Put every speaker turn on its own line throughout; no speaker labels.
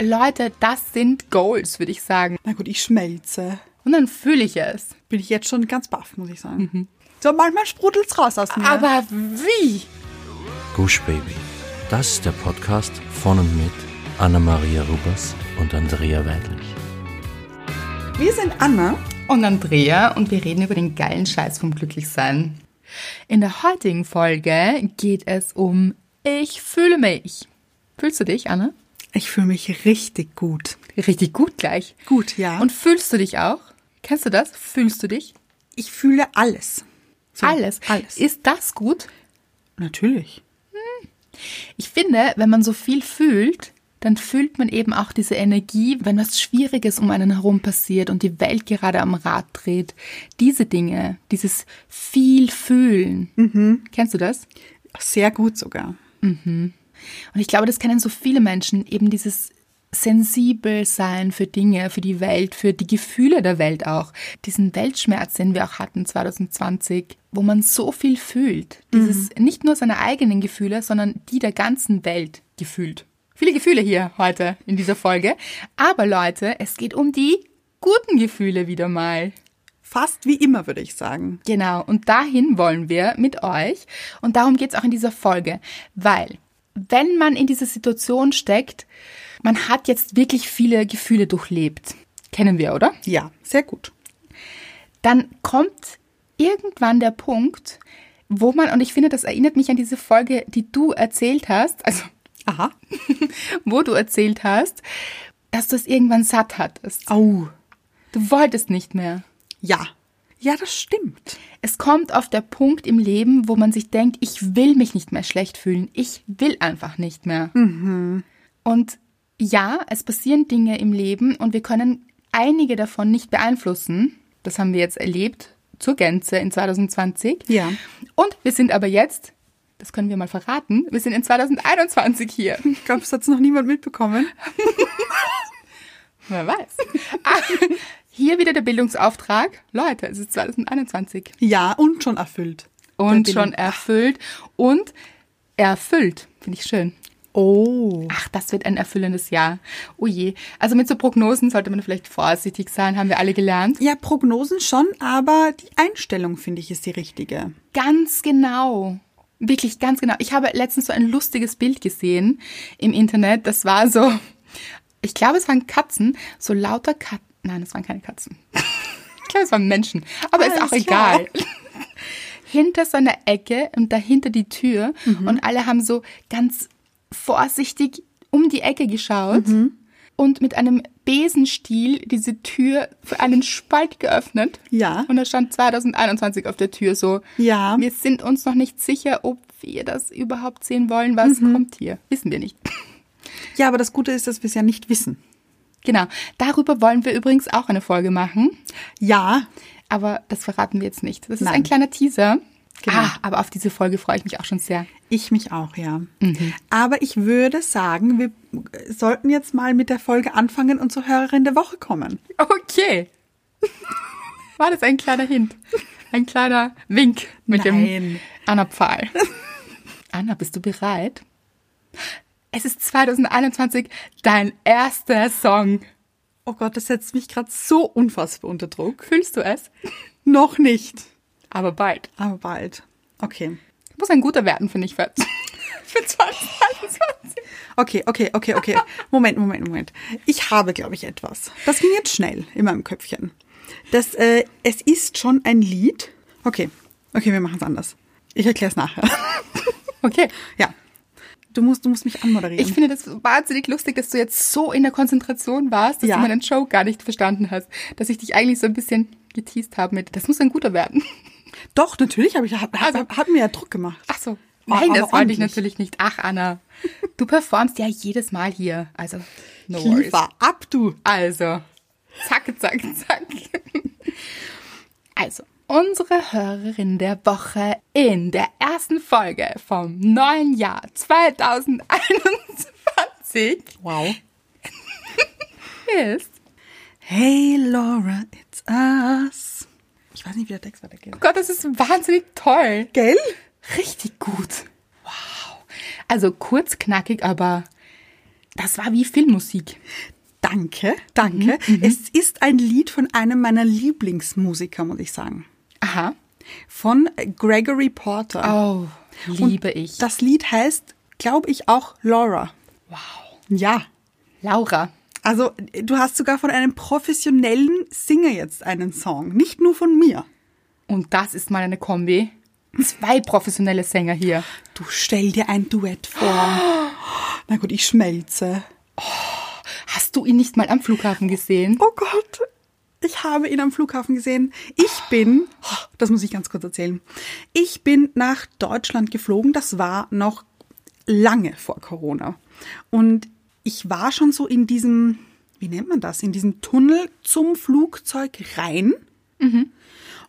Leute, das sind Goals, würde ich sagen.
Na gut, ich schmelze.
Und dann fühle ich es.
Bin ich jetzt schon ganz baff, muss ich sagen. So, manchmal sprudelt's raus aus mir.
Aber wie?
Gush Baby. Das ist der Podcast von und mit Anna-Maria Rubers und Andrea Weidlich.
wir sind Anna.
Und Andrea und wir reden über den geilen Scheiß vom Glücklichsein. In der heutigen Folge geht es um Ich fühle mich. Fühlst du dich, Anne?
Ich fühle mich richtig gut.
Richtig gut gleich.
Gut, ja.
Und fühlst du dich auch? Kennst du das? Fühlst du dich?
ich fühle alles. So,
alles.
Alles.
Ist das gut?
Natürlich.
Ich finde, wenn man so viel fühlt, dann fühlt man eben auch diese Energie, wenn was Schwieriges um einen herum passiert und die Welt gerade am Rad dreht. Diese Dinge, dieses viel fühlen. Kennst du das?
Sehr gut sogar.
Und ich glaube, das kennen so viele Menschen, eben dieses sensibel sein für Dinge, für die Welt, für die Gefühle der Welt auch. Diesen Weltschmerz, den wir auch hatten 2020, wo man so viel fühlt. Dieses nicht nur seine eigenen Gefühle, sondern die der ganzen Welt gefühlt. Viele Gefühle hier heute in dieser Folge. Aber Leute, es geht um die guten Gefühle wieder mal.
Fast wie immer, würde ich sagen.
Genau, und dahin wollen wir mit euch. Und darum geht's auch in dieser Folge, weil wenn man in dieser Situation steckt, man hat jetzt wirklich viele Gefühle durchlebt. Kennen wir, oder?
Ja, sehr gut.
dann kommt irgendwann der Punkt, wo man, und ich finde, das erinnert mich an diese Folge, die du erzählt hast, also
Aha.
wo du erzählt hast, dass du es irgendwann satt hattest.
Au.
Du wolltest nicht mehr.
Ja. Ja, das stimmt.
Es kommt auf der Punkt im Leben, wo man sich denkt, ich will mich nicht mehr schlecht fühlen. Ich will einfach nicht mehr. Mhm. Und ja, es passieren Dinge im Leben und wir können einige davon nicht beeinflussen. Das haben wir jetzt erlebt zur Gänze in 2020.
Ja.
Und wir sind aber jetzt, das können wir mal verraten, wir sind in 2021 hier.
Ich glaube, es hat noch niemand mitbekommen.
Wer weiß. Ah, hier wieder der Bildungsauftrag. Leute, es ist 2021.
Ja, und schon erfüllt.
Und
Der
schon
Bildung-
erfüllt. Und erfüllt. Finde ich schön.
Oh.
Ach, das wird ein erfüllendes Jahr. Oh je. Also mit so Prognosen sollte man vielleicht vorsichtig sein, haben wir alle gelernt.
Ja, Prognosen schon, aber die Einstellung, finde ich, ist die richtige.
Ganz genau. Wirklich ganz genau. Ich habe letztens so ein lustiges Bild gesehen im Internet. Das war so, ich glaube, es waren Katzen, so lauter Katzen. Nein, es waren keine Katzen. Ich glaube, es waren Menschen. Aber ist
Alles
auch
klar.
egal. Hinter so einer Ecke und dahinter die Tür.
Mhm.
Und alle haben so ganz vorsichtig um die Ecke geschaut
Mhm.
und mit einem Besenstiel diese Tür für einen Spalt geöffnet.
Ja.
Und da stand 2021 auf der Tür so.
Ja.
Wir sind uns noch nicht sicher, ob wir das überhaupt sehen wollen, was
Mhm.
kommt hier. Wissen wir nicht.
Ja, aber das Gute ist, dass wir es ja nicht wissen.
Genau. Darüber wollen wir übrigens auch eine Folge machen.
Ja,
Aber das verraten wir jetzt nicht. Das ist
Nein.
ein kleiner Teaser.
Genau.
Ah, aber auf diese Folge freue ich mich auch schon sehr.
ich mich auch, ja. Aber ich würde sagen, wir sollten jetzt mal mit der Folge anfangen und zur Hörerin der Woche kommen.
Okay. War das ein kleiner Hint? Ein kleiner Wink mit dem
Nein.
Anna Pfahl. Anna, bist du bereit? Es ist 2021 dein erster Song.
Oh Gott, das setzt mich gerade so unfassbar unter Druck.
Fühlst du es?
Noch nicht,
Aber bald.
aber bald. Okay.
Muss ein guter werden, finde ich, für, für 2021.
Okay, okay, okay, okay. Moment, Moment, Moment. Ich habe, glaube ich, etwas. Das ging jetzt schnell in meinem Köpfchen. Das, äh, es ist schon ein Lied. Okay, okay, wir machen es anders. Ich erkläre es nachher.
Okay.
ja. Du musst, du musst mich anmoderieren.
Ich finde das wahnsinnig lustig, dass du jetzt so in der Konzentration warst, dass
Ja.
du meinen Show gar nicht verstanden hast. Dass ich dich eigentlich so ein bisschen geteased habe mit, das muss ein guter werden.
Doch, natürlich habe ich, hab, hab,
Also-
hat mir ja Druck gemacht.
Ach so.
Aber-
Nein,
aber
das wollte ich
ordentlich.
natürlich nicht. Ach, Anna. Du performst ja jedes Mal hier. Also, no worries.
Kiefer, ab du.
Also, zack, zack, zack. Also, unsere Hörerin der Woche in der ersten Folge vom neuen Jahr 2021
Wow.
ist.
Hey Laura, it's us. Ich weiß nicht, wie der Text weitergeht.
Oh Gott, das ist wahnsinnig toll.
Gell?
Richtig gut. Wow. Also kurz, knackig, aber Das war wie Filmmusik.
Danke, danke.
Mhm,
Es ist ein Lied von einem meiner Lieblingsmusiker, muss ich sagen.
Aha.
Von Gregory Porter.
Oh, liebe
Und
ich.
Das Lied heißt, glaube ich, auch Laura.
wow.
Ja.
Laura.
Also, du hast sogar von einem professionellen Singer jetzt einen Song. Nicht nur von mir.
Und das ist mal eine Kombi. Zwei professionelle Sänger hier.
Du stell dir ein Duett vor. Na gut, ich schmelze.
Hast du ihn nicht mal am Flughafen gesehen?
Oh Gott, ich habe ihn am Flughafen gesehen. Ich bin, das muss ich ganz kurz erzählen, ich bin nach Deutschland geflogen. Das war noch lange vor Corona. Und ich war schon so in diesem, wie nennt man das, in diesem Tunnel zum Flugzeug rein.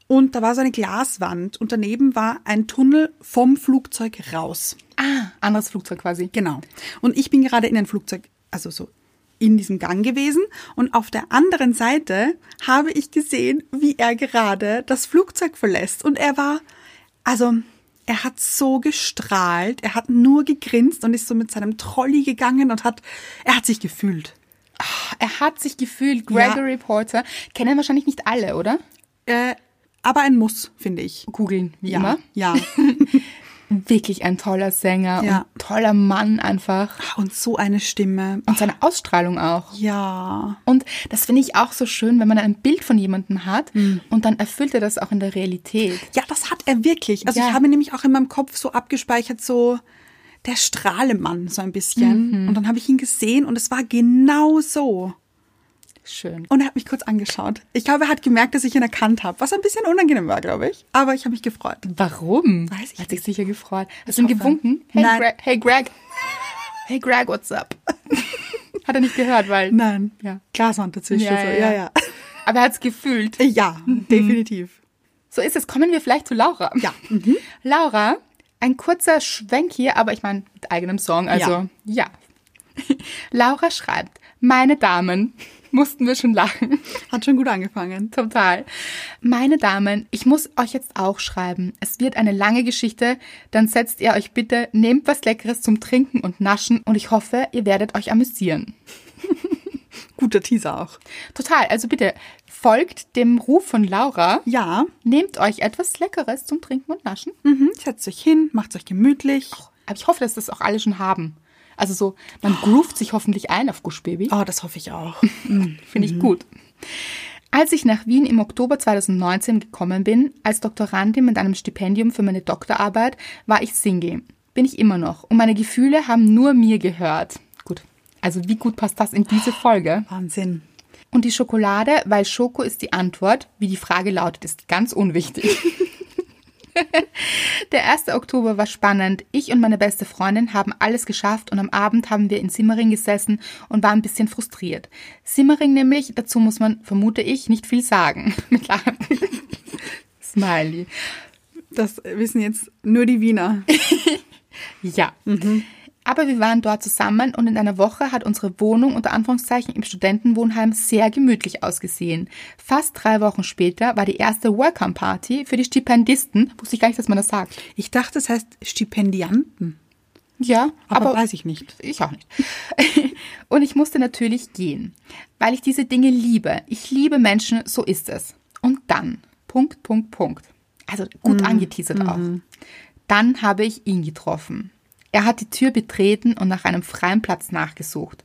Und da war so eine Glaswand und daneben war ein Tunnel vom Flugzeug raus.
Ah, anderes Flugzeug quasi.
Genau. Und ich bin gerade in ein Flugzeug, also so in diesem Gang gewesen und auf der anderen Seite habe ich gesehen, wie er gerade das Flugzeug verlässt und er war, also er hat so gestrahlt, er hat nur gegrinst und ist so mit seinem Trolley gegangen und hat, er hat sich gefühlt.
Er hat sich gefühlt, Gregory Porter. Kennen wahrscheinlich nicht alle, oder?
Äh, aber ein Muss, finde ich.
Googeln, wie
Ja,
immer.
ja.
Wirklich ein toller Sänger
Ja.
und toller Mann einfach.
Und so eine Stimme.
Und seine Ausstrahlung auch.
Ja.
Und das finde ich auch so schön, wenn man ein Bild von jemandem hat
Hm.
und dann erfüllt er das auch in der Realität.
Ja, das hat er wirklich. Also
Ja.
ich habe nämlich auch in meinem Kopf so abgespeichert, so der Strahlemann so ein
Mhm.
bisschen. Und dann habe ich ihn gesehen und es war genau so.
Schön.
Und er hat mich kurz angeschaut. Ich glaube, er hat gemerkt, dass ich ihn erkannt habe, was ein bisschen unangenehm war, glaube ich. Aber ich habe mich gefreut.
Warum?
Weiß ich
Hat sich sicher gefreut. Hast du ihm
hoffe.
gewunken? Hey,
Nein.
Greg, hey Greg. Hey Greg, what's up? Hat er nicht gehört, weil.
Nein,
Ja.
Glaswand dazwischen.
Ja,
so.
ja, Mhm.
ja,
ja.
ja.
Aber er hat's gefühlt.
Ja, definitiv.
So ist es. Kommen wir vielleicht zu Laura.
Ja.
Laura, ein kurzer Schwenk hier, aber ich meine mit eigenem Song, also ja.
Ja.
Laura schreibt, meine Damen, mussten wir schon lachen,
Hat schon gut angefangen.
total. Meine Damen, ich muss euch jetzt auch schreiben. Es wird eine lange Geschichte, dann setzt ihr euch bitte, nehmt was Leckeres zum Trinken und Naschen und ich hoffe, ihr werdet euch amüsieren.
Guter Teaser auch.
Total, also bitte folgt dem Ruf von Laura,
Ja,
nehmt euch etwas Leckeres zum Trinken und Naschen.
mhm. setzt euch hin, macht euch gemütlich.
Aber ich hoffe, dass das auch alle schon haben. Also so, man groovt sich hoffentlich ein auf Gush Baby.
Oh, das hoffe ich auch.
Finde ich gut. Als ich nach Wien im Oktober 2019 gekommen bin, als Doktorandin mit einem Stipendium für meine Doktorarbeit, war ich Single. Bin ich immer noch. Und meine Gefühle haben nur mir gehört. Gut. Also wie gut passt das in diese Folge?
Wahnsinn.
Und die Schokolade, weil Schoko ist die Antwort, wie die Frage lautet, ist ganz unwichtig. Der 1. Oktober war spannend. Ich und meine beste Freundin haben alles geschafft und am Abend haben wir in Simmering gesessen und waren ein bisschen frustriert. Simmering nämlich, dazu muss man, vermute ich, nicht viel sagen. Mit Lachen. Smiley.
Das wissen jetzt nur die Wiener.
Ja.
Mhm.
Aber wir waren dort zusammen und in einer Woche hat unsere Wohnung unter Anführungszeichen im Studentenwohnheim sehr gemütlich ausgesehen. Fast drei Wochen später war die erste Welcome Party für die Stipendisten. Wusste ich gar nicht, dass man das sagt.
Ich dachte, es heißt Stipendianten.
Ja,
Aber, weiß ich nicht.
Ich auch nicht. Und ich musste natürlich gehen, weil ich diese Dinge liebe. Ich liebe Menschen, so ist es. Und dann, Punkt, Punkt, Punkt. Also gut
Mhm.
angeteasert auch. Dann habe ich ihn getroffen. Er hat die Tür betreten und nach einem freien Platz nachgesucht.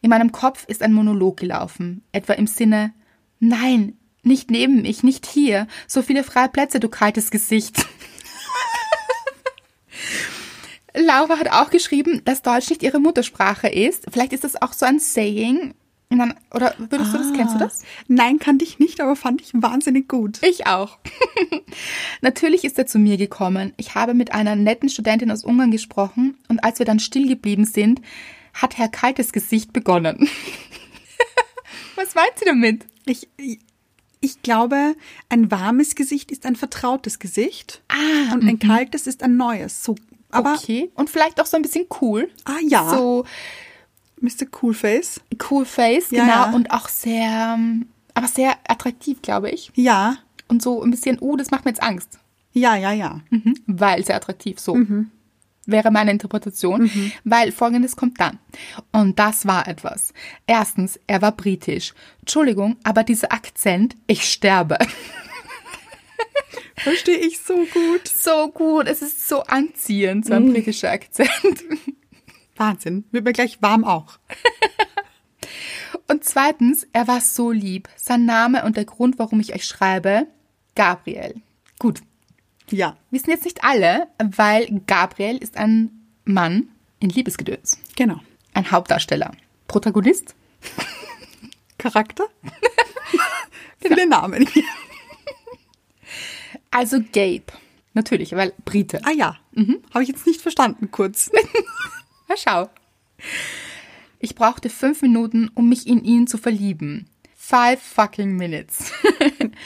In meinem Kopf ist ein Monolog gelaufen, etwa im Sinne, nein, nicht neben mich, nicht hier, so viele freie Plätze, du kaltes Gesicht. Laura hat auch geschrieben, dass Deutsch nicht ihre Muttersprache ist. Vielleicht ist das auch so ein Saying. Und dann- Oder würdest du das, Ah. kennst du
Ah.
das?
Nein, kannte ich nicht, aber fand ich wahnsinnig gut.
Ich auch. Natürlich ist er zu mir gekommen. Ich habe mit einer netten Studentin aus Ungarn gesprochen und als wir dann still geblieben sind, hat Herr Kaltes Gesicht begonnen. Was meint sie damit?
Ich, ich glaube, ein warmes Gesicht ist ein vertrautes Gesicht.
Ah,
Und ein kaltes ist ein neues. So, aber,
okay. Und vielleicht auch so ein bisschen cool.
ah ja,
So
Mr. Coolface.
cool Face,
Ja,
genau.
ja.
Und auch sehr, ähm, aber sehr attraktiv, glaube ich.
Ja,
uh, Und so ein bisschen, oh, das macht mir jetzt Angst.
ja, ja, ja.
Weil sehr attraktiv, so. wäre meine Interpretation, weil folgendes kommt dann. Und das war etwas. Erstens, er war britisch. Entschuldigung, aber dieser Akzent, ich sterbe.
Verstehe ich so gut.
So gut, es ist so anziehend, so ein britischer Akzent.
Wahnsinn. Wird mir gleich warm auch.
Und zweitens, er war so lieb. Sein Name und der Grund, warum ich euch schreibe, Gabriel. Gut,
Ja,
wissen jetzt nicht alle, weil Gabriel ist ein Mann in Liebesgedöns.
genau.
Ein Hauptdarsteller. Protagonist?
Charakter? Viele
Genau.
Namen.
Also Gabe. Natürlich, weil Brite.
Ah ja,
Mhm.
habe ich jetzt nicht verstanden kurz.
Na schau. Ich brauchte fünf Minuten, um mich in ihn zu verlieben. Five fucking minutes.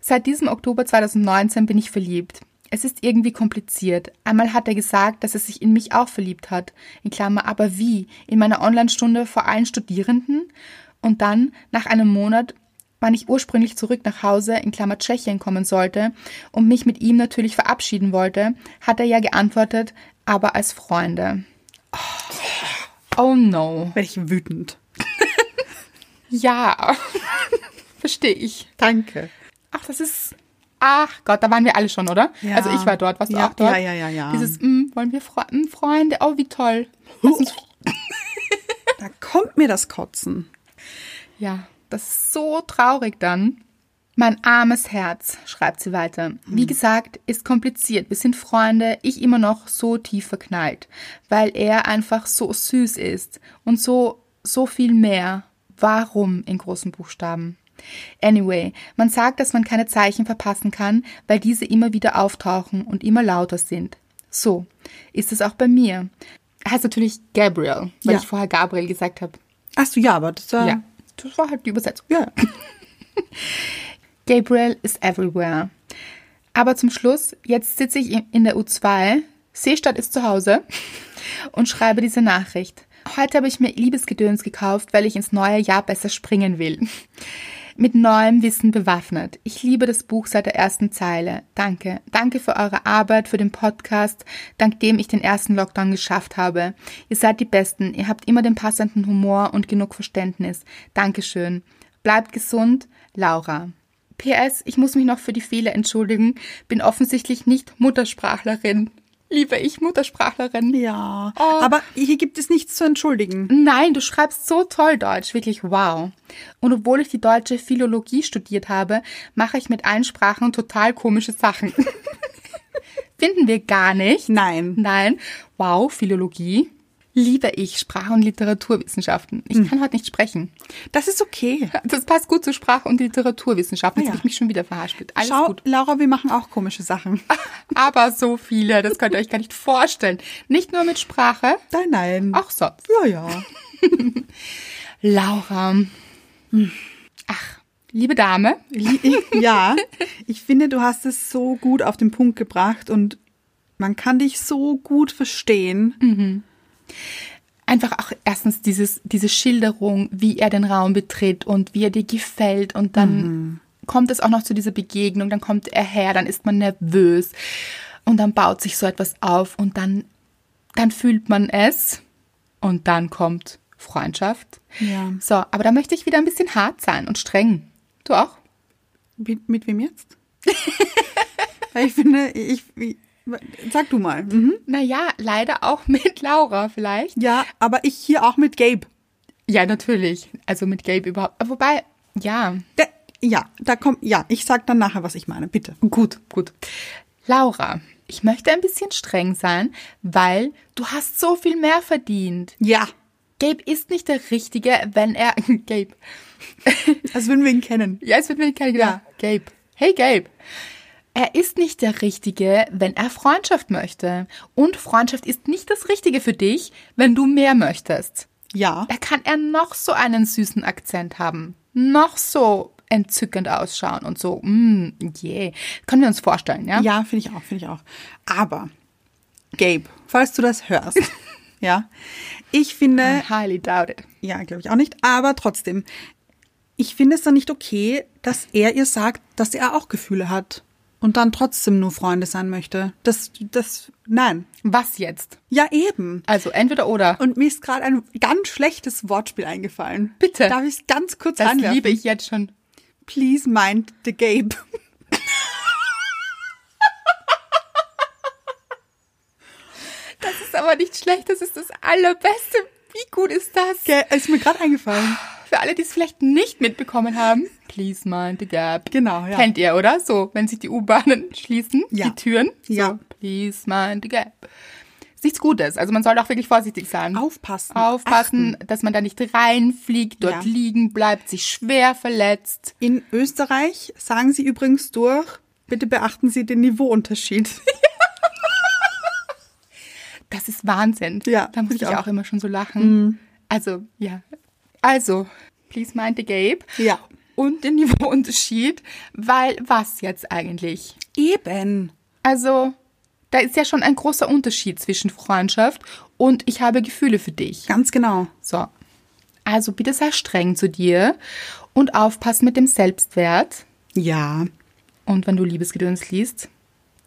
Seit diesem Oktober 2019 bin ich verliebt. Es ist irgendwie kompliziert. Einmal hat er gesagt, dass er sich in mich auch verliebt hat. In Klammer, aber wie? In meiner Online-Stunde vor allen Studierenden? Und dann, nach einem Monat, wann ich ursprünglich zurück nach Hause, in Klammer Tschechien, kommen sollte und mich mit ihm natürlich verabschieden wollte, hat er ja geantwortet, aber als Freunde. Oh no.
Werde ich wütend.
Ja. Verstehe ich.
Danke.
Ach, das ist. Ach Gott, da waren wir alle schon, oder?
Ja.
Also ich war dort, warst du
Ja,
auch dort?
ja, ja, ja, ja.
Dieses, mm, wollen wir Fre mm, Freunde? Oh, wie toll. Lass uns-
Da kommt mir das Kotzen.
Ja, das ist so traurig dann. Mein armes Herz, schreibt sie weiter. Wie gesagt, ist kompliziert. Wir sind Freunde, ich immer noch so tief verknallt, weil er einfach so süß ist und so, so viel mehr. Warum in großen Buchstaben? Anyway, man sagt, dass man keine Zeichen verpassen kann, weil diese immer wieder auftauchen und immer lauter sind. So ist es auch bei mir. Er heißt natürlich Gabriel, weil
Ja.
ich vorher Gabriel gesagt habe.
Ach so, ja, aber das war...
Ja, das war halt die Übersetzung.
ja.
Gabriel is everywhere. Aber zum Schluss, jetzt sitze ich in der U2, Seestadt ist zu Hause und schreibe diese Nachricht. Heute habe ich mir Liebesgedöns gekauft, weil ich ins neue Jahr besser springen will. Mit neuem Wissen bewaffnet. Ich liebe das Buch seit der ersten Zeile. Danke. Danke für eure Arbeit, für den Podcast, dank dem ich den ersten Lockdown geschafft habe. Ihr seid die Besten. Ihr habt immer den passenden Humor und genug Verständnis. Dankeschön. Bleibt gesund. Laura. PS, ich muss mich noch für die Fehler entschuldigen. Bin offensichtlich nicht Muttersprachlerin. Liebe ich Muttersprachlerin.
Ja,
Oh.
aber hier gibt es nichts zu entschuldigen.
Nein, du schreibst so toll Deutsch, wirklich wow. Und obwohl ich die deutsche Philologie studiert habe, mache ich mit allen Sprachen total komische Sachen. Finden wir gar nicht.
Nein.
Nein. Wow, Philologie. Liebe ich Sprache- und Literaturwissenschaften. Ich
Hm.
kann heute nicht sprechen.
Das ist okay.
Das passt gut zu Sprache- und Literaturwissenschaften. Jetzt
Ah
habe
ja.
ich mich schon wieder verhaspelt. Alles
Schau,
gut. Ah.
Laura, wir machen auch komische Sachen.
Aber so viele, das könnt ihr euch gar nicht vorstellen. Nicht nur mit Sprache,
Nein, nein.
auch sonst.
Ja, ja.
Laura.
Hm.
Ach, liebe Dame.
Li- ja, ich finde, du hast es so gut auf den Punkt gebracht und man kann dich so gut verstehen.
Mhm. Einfach auch erstens dieses, diese Schilderung, wie er den Raum betritt und wie er dir gefällt und dann kommt es auch noch zu dieser Begegnung, dann kommt er her, dann ist man nervös und dann baut sich so etwas auf und dann, dann fühlt man es und dann kommt Freundschaft.
Ja.
So, aber da möchte ich wieder ein bisschen hart sein und streng. Du auch?
Mit, mit wem jetzt? Weil ich finde, ich, ich sag du mal. Mhm.
Naja, leider auch mit Laura vielleicht.
Ja, aber ich hier auch mit Gabe.
Ja, natürlich. Also mit Gabe überhaupt. Wobei, ja,
Der, ja, da kommt, ja, ich sag dann nachher, was ich meine, bitte.
gut, gut. Laura, ich möchte ein bisschen streng sein, weil du hast so viel mehr verdient.
Ja,
Gabe ist nicht der Richtige, wenn er... Gabe.
als würden wir ihn kennen.
Ja, es wird mir kein
Ja.
ja. Gabe. Hey, Gabe. Er ist nicht der Richtige, wenn er Freundschaft möchte. Und Freundschaft ist nicht das Richtige für dich, wenn du mehr möchtest.
Ja,
Da kann er noch so einen süßen Akzent haben, noch so entzückend ausschauen und so, mm, yeah. Können wir uns vorstellen, ja?
ja, finde ich auch, finde ich auch. Aber, Gabe, falls du das hörst, ja, ich finde,
I highly doubt it.
Ja, glaube ich auch nicht. Aber trotzdem, ich finde es dann nicht okay, dass er ihr sagt, dass er auch Gefühle hat. und dann trotzdem nur Freunde sein möchte. Das, das, nein.
Was jetzt?
Ja, eben.
Also entweder oder.
Und mir ist gerade ein ganz schlechtes Wortspiel eingefallen.
Bitte.
Darf ich es ganz kurz
Das
anwerfen?
liebe ich jetzt schon.
Please mind the gape.
Das ist aber nicht schlecht, das ist das Allerbeste. Wie gut ist das?
Gell, ist mir gerade eingefallen.
Für alle, die es vielleicht nicht mitbekommen haben, please mind the gap.
Genau, ja.
Kennt ihr, oder? So, wenn sich die U-Bahnen schließen,
Ja.
die Türen. So,
Ja.
Please mind the gap. Ist nichts Gutes. Also man soll auch wirklich vorsichtig sein.
Aufpassen.
Aufpassen, dass man da nicht reinfliegt, dort
Ja.
liegen bleibt, sich schwer verletzt.
In Österreich sagen sie übrigens durch, bitte beachten Sie den Niveauunterschied.
Das ist Wahnsinn.
Ja,
Da muss
ich
ich
auch. Mhm.
auch immer schon so lachen. Also, ja. Also, please mind the gape.
Ja.
Und den Niveauunterschied, weil was jetzt eigentlich?
Eben.
Also, da ist ja schon ein großer Unterschied zwischen Freundschaft und ich habe Gefühle für dich.
Ganz genau.
So. Also bitte sei streng zu dir und aufpassen mit dem Selbstwert.
Ja.
Und wenn du Liebesgedöns liest,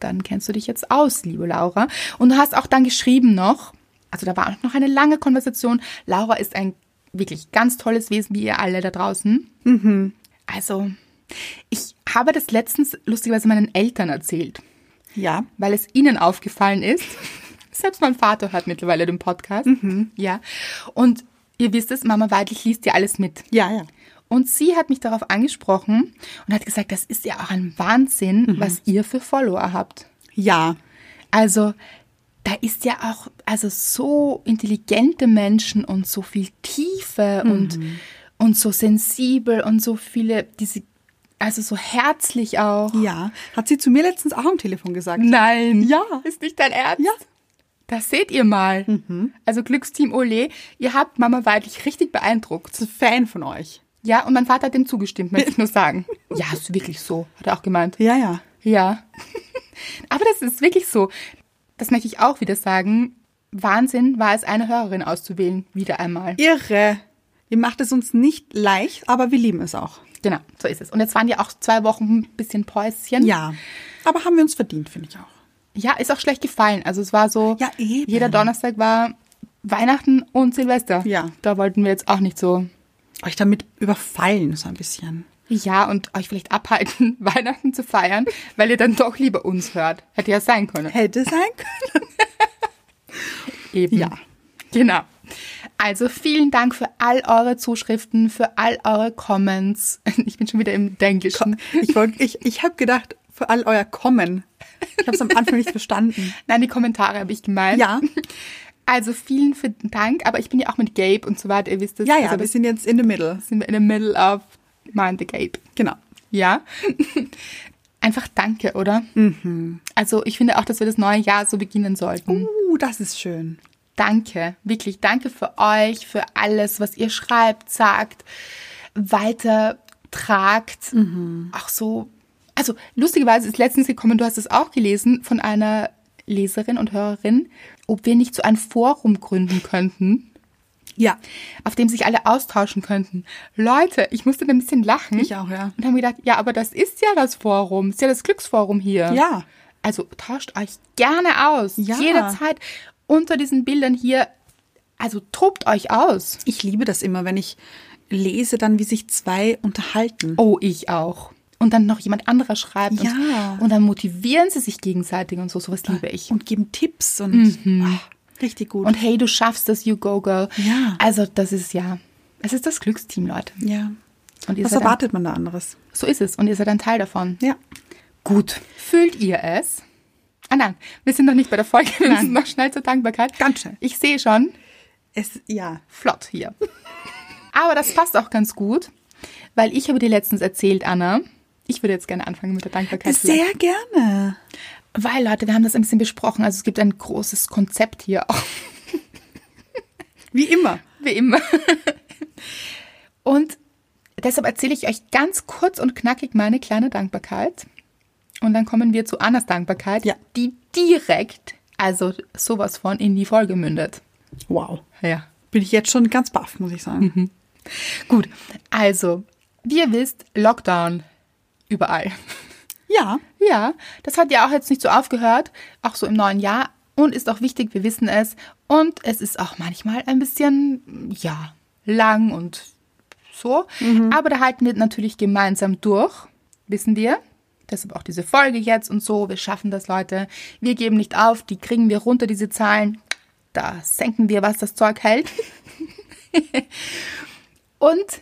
dann kennst du dich jetzt aus, liebe Laura. Und du hast auch dann geschrieben noch, also da war auch noch eine lange Konversation. Laura ist ein wirklich ganz tolles Wesen, wie ihr alle da draußen. Also, ich habe das letztens lustigerweise meinen Eltern erzählt
Ja.
weil es ihnen aufgefallen ist. Selbst mein Vater hört mittlerweile den Podcast. Ja. Und ihr wisst es, Mama Weidlich liest ja alles mit.
Ja, ja.
Und sie hat mich darauf angesprochen und hat gesagt, das ist ja auch ein Wahnsinn,
Mhm.
was ihr für Follower habt.
Ja.
Also da ist ja auch also so intelligente Menschen und so viel Tiefe und
Mhm.
und so sensibel und so viele diese also so herzlich auch.
Ja. Hat sie zu mir letztens auch am Telefon gesagt.
Nein.
Ja.
Ist nicht dein Ernst?
Ja. Mhm.
Das seht ihr mal. Also Glücksteam Ole, ihr habt Mama Weidlich richtig beeindruckt.
Ist ein Fan von euch.
Ja, und mein Vater hat dem zugestimmt, möchte ich nur sagen. Ja, ist wirklich so, hat er auch gemeint.
Ja, ja.
Ja. Aber das ist wirklich so. Das möchte ich auch wieder sagen. Wahnsinn war es, eine Hörerin auszuwählen, wieder einmal.
Irre. Ihr macht es uns nicht leicht, aber wir lieben es auch.
Genau, so ist es. Und jetzt waren ja auch zwei Wochen ein bisschen Päuschen.
Ja. Aber haben wir uns verdient, finde ich auch.
Ja, ist auch schlecht gefallen. Also es war so,
Ja, eben.
jeder Donnerstag war Weihnachten und Silvester.
Ja.
Da wollten wir jetzt auch nicht so,
Euch damit überfallen, so ein bisschen.
ja, und euch vielleicht abhalten, Weihnachten zu feiern, weil ihr dann doch lieber uns hört. Hätte ja sein können.
Hätte sein können.
Eben.
Ja.
Genau. Also vielen Dank für all eure Zuschriften, für all eure Comments. Ich bin schon wieder im Denglischen.
Ich, wollt- ich, ich habe gedacht, für all euer Kommen. Ich habe es am Anfang nicht verstanden.
Nein, die Kommentare habe ich gemeint.
Ja.
Also vielen, vielen Dank, aber ich bin ja auch mit Gabe und so weiter, ihr wisst es.
Ja, ja,
also
wir sind jetzt in the middle.
sind wir in the middle of Mind the Gabe.
Genau.
Ja. Einfach danke, oder?
Mhm.
Also ich finde auch, dass wir das neue Jahr so beginnen sollten.
Uh, das ist schön.
Danke, wirklich danke für euch, für alles, was ihr schreibt, sagt, weitertragt. Auch so. Also lustigerweise ist letztens gekommen, du hast es auch gelesen, von einer Leserin und Hörerin, ob wir nicht so ein Forum gründen könnten,
Ja.
auf dem sich alle austauschen könnten. Leute, ich musste da ein bisschen lachen.
Ich auch, ja.
Und haben gedacht, ja, aber das ist ja das Forum, ist ja das Glücksforum hier.
Ja.
Also tauscht euch gerne aus,
Ja.
jederzeit unter diesen Bildern hier. Also tobt euch aus.
Ich liebe das immer, wenn ich lese, dann wie sich zwei unterhalten.
Oh, ich auch. Und dann noch jemand anderer schreibt.
Ja.
Und, und dann motivieren sie sich gegenseitig und so. Sowas liebe ich.
Und geben Tipps und ah, richtig gut.
Mhm. Und hey, du schaffst das, you go, girl.
Ja.
Also das ist ja, es ist das Glücksteam, Leute.
ja.
Und ihr
Was
seid
erwartet man da anderes?
Ein, so ist es. Und ihr seid ein Teil davon.
Ja.
Gut. Fühlt ihr es? Ah nein, wir sind noch nicht bei der Folge. Wir müssen noch schnell zur Dankbarkeit.
Ganz schnell.
Ich sehe schon,
Es, ja.
flott hier. Aber das passt auch ganz gut, weil ich habe dir letztens erzählt, Anna. Ich würde jetzt gerne anfangen mit der Dankbarkeit. vielleicht.
Sehr gerne.
Weil, Leute, wir haben das ein bisschen besprochen. Also es gibt ein großes Konzept hier auch,
Wie immer.
wie immer. Und deshalb erzähle ich euch ganz kurz und knackig meine kleine Dankbarkeit. Und dann kommen wir zu Annas Dankbarkeit,
Ja.
die direkt, also sowas von, in die Folge mündet.
Wow.
Ja.
Bin ich jetzt schon ganz baff, muss ich sagen.
Mhm. Gut, also, wie ihr wisst, Lockdown überall.
Ja.
Ja, das hat ja auch jetzt nicht so aufgehört, auch so im neuen Jahr. Und ist auch wichtig, wir wissen es. Und es ist auch manchmal ein bisschen, ja, lang und so. Aber da halten wir natürlich gemeinsam durch, wissen wir. Deshalb auch diese Folge jetzt und so. Wir schaffen das, Leute. Wir geben nicht auf, die kriegen wir runter, diese Zahlen. Da senken wir, was das Zeug hält. Und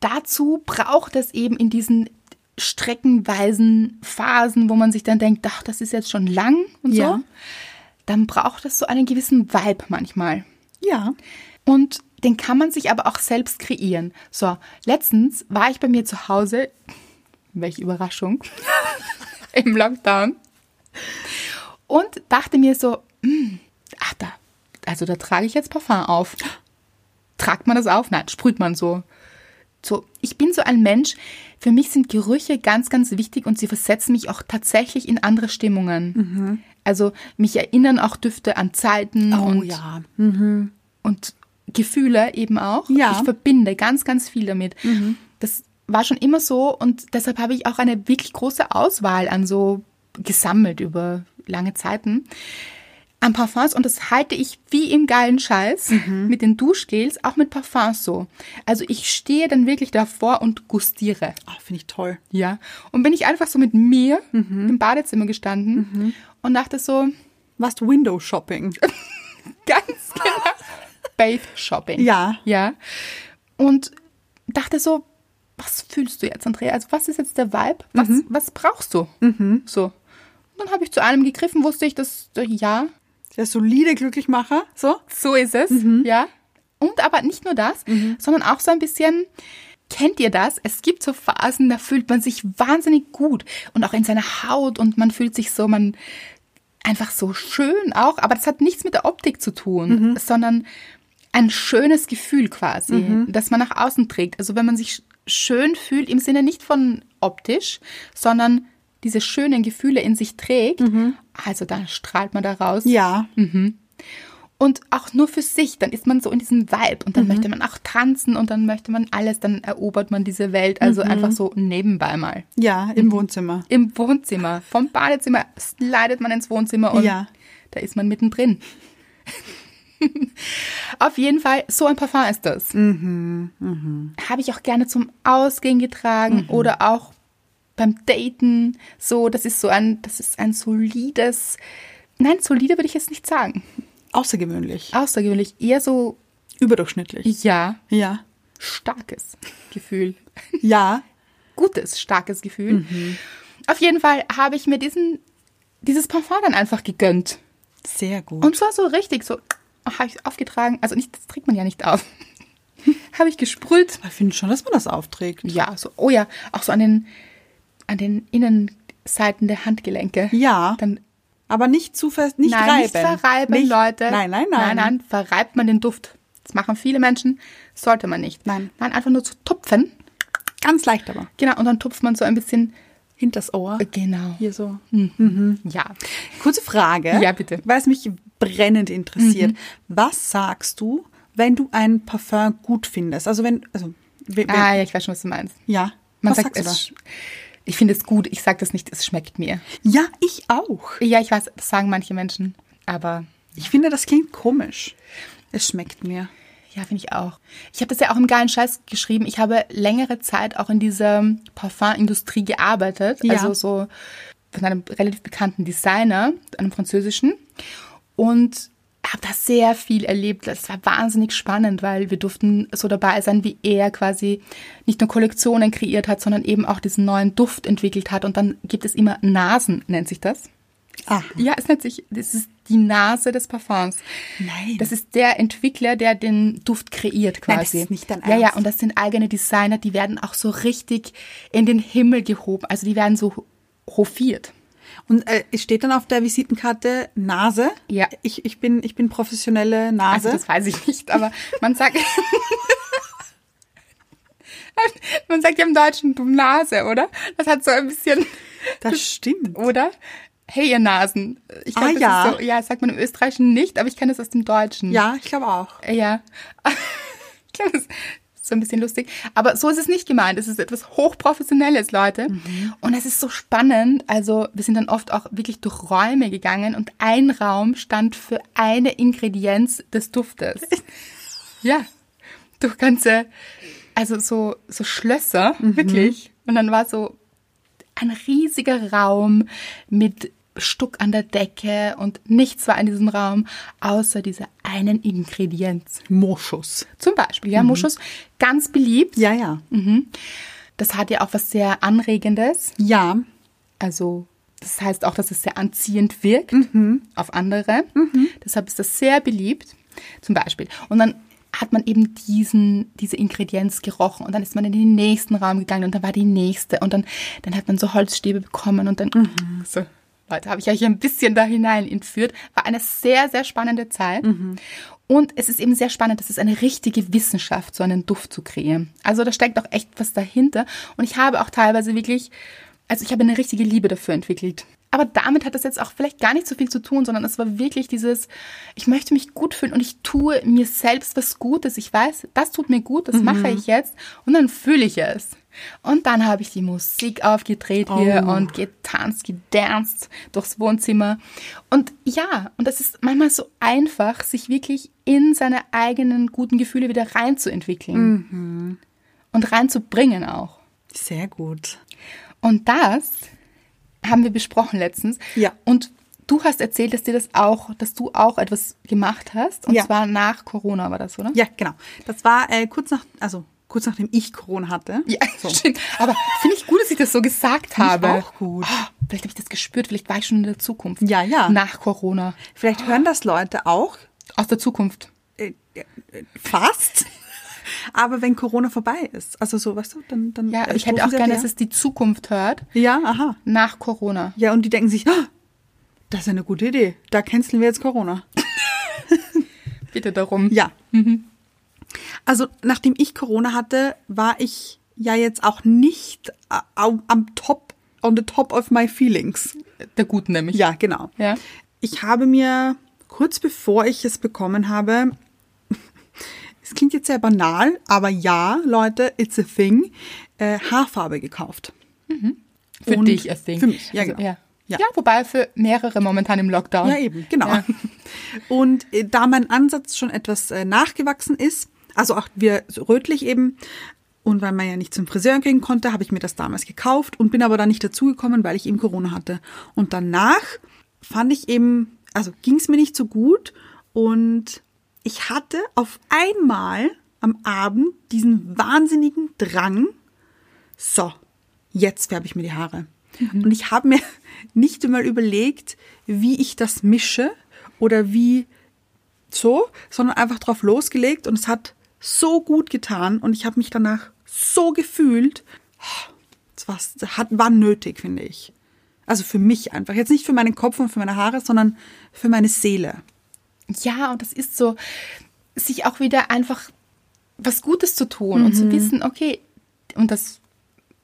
dazu braucht es eben in diesen streckenweisen Phasen, wo man sich dann denkt, ach, das ist jetzt schon lang und
Ja.
so, dann braucht es so einen gewissen Vibe manchmal.
Ja.
Und den kann man sich aber auch selbst kreieren. So, letztens war ich bei mir zu Hause, welche Überraschung, im Lockdown und dachte mir so, "Hm, ach da, also da trage ich jetzt Parfum auf. Tragt man das auf? Nein, sprüht man so. So, ich bin so ein Mensch, für mich sind Gerüche ganz, ganz wichtig und sie versetzen mich auch tatsächlich in andere Stimmungen. Also mich erinnern auch Düfte an Zeiten und
Oh ja.
und Gefühle eben auch.
Ja.
Ich verbinde ganz, ganz viel damit. Das war schon immer so und deshalb habe ich auch eine wirklich große Auswahl an so gesammelt über lange Zeiten an Parfums und das halte ich wie im geilen Scheiß mit den Duschgels, auch mit Parfums so. Also ich stehe dann wirklich davor und gustiere.
Ah, Finde ich toll.
Ja. Und bin ich einfach so mit mir im Badezimmer gestanden und dachte so,
Was Window Shopping?
Ganz genau. Bath Shopping.
Ja.
Ja. Und dachte so, was fühlst du jetzt, Andrea? Also, was ist jetzt der Vibe? Was, was brauchst du? So. Und dann habe ich zu einem gegriffen, wusste ich, dass, ja,
Der solide Glücklichmacher, so?
so ist es. Ja. Und aber nicht nur das, sondern auch so ein bisschen, kennt ihr das? Es gibt so Phasen, da fühlt man sich wahnsinnig gut und auch in seiner Haut und man fühlt sich so, man einfach so schön auch, aber das hat nichts mit der Optik zu tun, sondern ein schönes Gefühl quasi, das man nach außen trägt. Also wenn man sich sch- schön fühlt, im Sinne nicht von optisch, sondern diese schönen Gefühle in sich trägt, also dann strahlt man da raus.
Ja.
Und auch nur für sich, dann ist man so in diesem Vibe und dann möchte man auch tanzen und dann möchte man alles, dann erobert man diese Welt, also einfach so nebenbei mal.
Ja, im
Mhm.
Wohnzimmer.
Im Wohnzimmer, vom Badezimmer slidet man ins Wohnzimmer und
Ja.
da ist man mittendrin. Auf jeden Fall, so ein Parfum ist das. Habe ich auch gerne zum Ausgehen getragen oder auch beim Daten. So, das ist so ein, das ist ein solides, nein, solide würde ich jetzt nicht sagen
Außergewöhnlich.
außergewöhnlich, eher so,
Überdurchschnittlich.
ja,
Ja.
starkes Gefühl.
Ja.
Gutes, starkes Gefühl. Auf jeden Fall habe ich mir diesen, dieses Parfum dann einfach gegönnt.
Sehr gut.
Und zwar so richtig, so habe ich es aufgetragen. Also nicht, das trägt man ja nicht auf. habe ich gesprüht.
ich finde schon, dass man das aufträgt.
Ja, so, oh ja, auch so an den, an den Innenseiten der Handgelenke.
Ja.
Dann
Aber nicht zu fest, nicht
nein,
reiben.
nicht verreiben,
Nicht-
Leute.
Nein, nein,
Nein,
nein.
nein, verreibt man den Duft. Das machen viele Menschen, sollte man nicht.
Nein.
Nein, einfach nur zu tupfen.
Ganz leicht aber.
Genau, und dann tupft man so ein bisschen.
Hinters Ohr.
Genau.
Hier so.
Ja.
Kurze Frage.
Ja, bitte. Mhm.
Weil es mich brennend interessiert. Was sagst du, wenn du ein Parfum gut findest? Also wenn, also, we- we-
Ah, ja, ich weiß schon, was du meinst.
ja.
Man
was
sagt,
sagst du da?
es, sch- ich finde es gut, ich sage das nicht, es schmeckt mir.
Ja, ich auch.
Ja, ich weiß, das sagen manche Menschen, aber
Ich finde, das klingt komisch. Es schmeckt mir.
ja, finde ich auch. Ich habe das ja auch im geilen Scheiß geschrieben. Ich habe längere Zeit auch in dieser Parfumindustrie gearbeitet.
Ja.
Also so von einem relativ bekannten Designer, einem französischen. Und habe da sehr viel erlebt. Das war wahnsinnig spannend, weil wir durften so dabei sein, wie er quasi nicht nur Kollektionen kreiert hat, sondern eben auch diesen neuen Duft entwickelt hat. Und dann gibt es immer Nasen, nennt sich das.
Ah,
Ja, es nennt sich, das ist die Nase des Parfums.
Nein.
Das ist der Entwickler, der den Duft kreiert
Nein,
quasi.
das ist nicht dein
Ja, ja,
Ernst.
und das sind eigene Designer, die werden auch so richtig in den Himmel gehoben. Also die werden so hofiert.
Und äh, es steht dann auf der Visitenkarte Nase.
Ja.
Ich, ich, bin, ich bin professionelle Nase.
Also das weiß ich nicht, aber man sagt... Man sagt ja im Deutschen, du Nase, oder? Das hat so ein bisschen,
das stimmt.
oder? Hey, ihr Nasen. Ich glaub,
Ah,
das
ja.
Ist so, ja, das sagt man im Österreichischen nicht, aber ich kenne das aus dem Deutschen.
Ja, ich glaube auch.
Ja. Ich glaube, das so ein bisschen lustig. Aber so ist es nicht gemeint. Es ist etwas Hochprofessionelles, Leute. Und es ist so spannend. Also wir sind dann oft auch wirklich durch Räume gegangen und ein Raum stand für eine Ingredienz des Duftes. ja, durch ganze, also so, so Schlösser, wirklich. Und dann war so ein riesiger Raum mit Stuck an der Decke und nichts war in diesem Raum außer dieser einen Ingredienz.
Moschus.
Zum Beispiel, ja, Moschus, ganz beliebt.
Ja, ja.
Mhm. Das hat ja auch was sehr Anregendes.
Ja.
Also, das heißt auch, dass es sehr anziehend wirkt auf andere. Deshalb ist das sehr beliebt, zum Beispiel. Und dann hat man eben diesen, diese Ingredienz gerochen und dann ist man in den nächsten Raum gegangen und dann war die nächste und dann, dann hat man so Holzstäbe bekommen und dann, so, Leute, habe ich euch ein bisschen da hinein entführt. War eine sehr, sehr spannende Zeit. Und es ist eben sehr spannend, das ist eine richtige Wissenschaft, so einen Duft zu kreieren. Also da steckt auch echt was dahinter. Und ich habe auch teilweise wirklich, also ich habe eine richtige Liebe dafür entwickelt. Aber damit hat das jetzt auch vielleicht gar nicht so viel zu tun, sondern es war wirklich dieses, ich möchte mich gut fühlen und ich tue mir selbst was Gutes. Ich weiß, das tut mir gut, das mache ich jetzt und dann fühle ich es. Und dann habe ich die Musik aufgedreht hier
Oh.
und getanzt, gedanzt durchs Wohnzimmer. Und ja, und das ist manchmal so einfach, sich wirklich in seine eigenen guten Gefühle wieder reinzuentwickeln
Mhm.
und reinzubringen auch.
Sehr gut.
Und das haben wir besprochen letztens.
Ja.
Und du hast erzählt, dass dir das auch, dass du auch etwas gemacht hast. Und
Ja.
zwar nach Corona war das, oder?
Ja, genau. Das war äh, kurz nach, also kurz nachdem ich Corona hatte.
Ja, stimmt. Aber finde ich gut, dass ich das so gesagt habe.
auch gut.
Ah, vielleicht habe ich das gespürt, vielleicht war ich schon in der Zukunft.
Ja, ja.
Nach Corona.
Vielleicht hören das Leute auch.
Aus der Zukunft.
Äh, äh, fast. Aber wenn Corona vorbei ist, also so, weißt du, dann. dann
Ja,
äh,
ich hätte
stoßen
auch
sie
gerne,
auf
dass es die Zukunft hört.
die- Ja, aha.
Nach Corona.
Ja, und die denken sich, "Ah, das ist eine gute Idee. Da canceln wir jetzt Corona.
Bitte darum.
Ja.
Mhm.
Also, nachdem ich Corona hatte, war ich ja jetzt auch nicht äh, am am Top, on the top of my feelings.
Der Guten nämlich.
Ja, genau.
Ja.
Ich habe mir kurz bevor ich es bekommen habe, es klingt jetzt sehr banal, aber ja, Leute, it's a thing, äh, Haarfarbe gekauft.
Mhm. Für
Und
dich, I think.
Für mich, ja,
Also,
genau.
ja.
Ja.
Ja. wobei für mehrere momentan im Lockdown.
Ja, eben, genau.
Ja.
Und äh, da mein Ansatz schon etwas äh, nachgewachsen ist, also auch wir so rötlich eben, und weil man ja nicht zum Friseur gehen konnte, habe ich mir das damals gekauft und bin aber dann nicht dazugekommen, weil ich eben Corona hatte. Und danach fand ich eben, also ging es mir nicht so gut und ich hatte auf einmal am Abend diesen wahnsinnigen Drang, so, jetzt färbe ich mir die Haare. Und ich habe mir nicht einmal überlegt, wie ich das mische oder wie so, sondern einfach drauf losgelegt und es hat so gut getan und ich habe mich danach so gefühlt. Es war, es hat, war nötig, finde ich. Also für mich einfach. Jetzt nicht für meinen Kopf und für meine Haare, sondern für meine Seele.
Ja, und das ist so, sich auch wieder einfach was Gutes zu tun und
Mhm.
zu wissen, okay, und das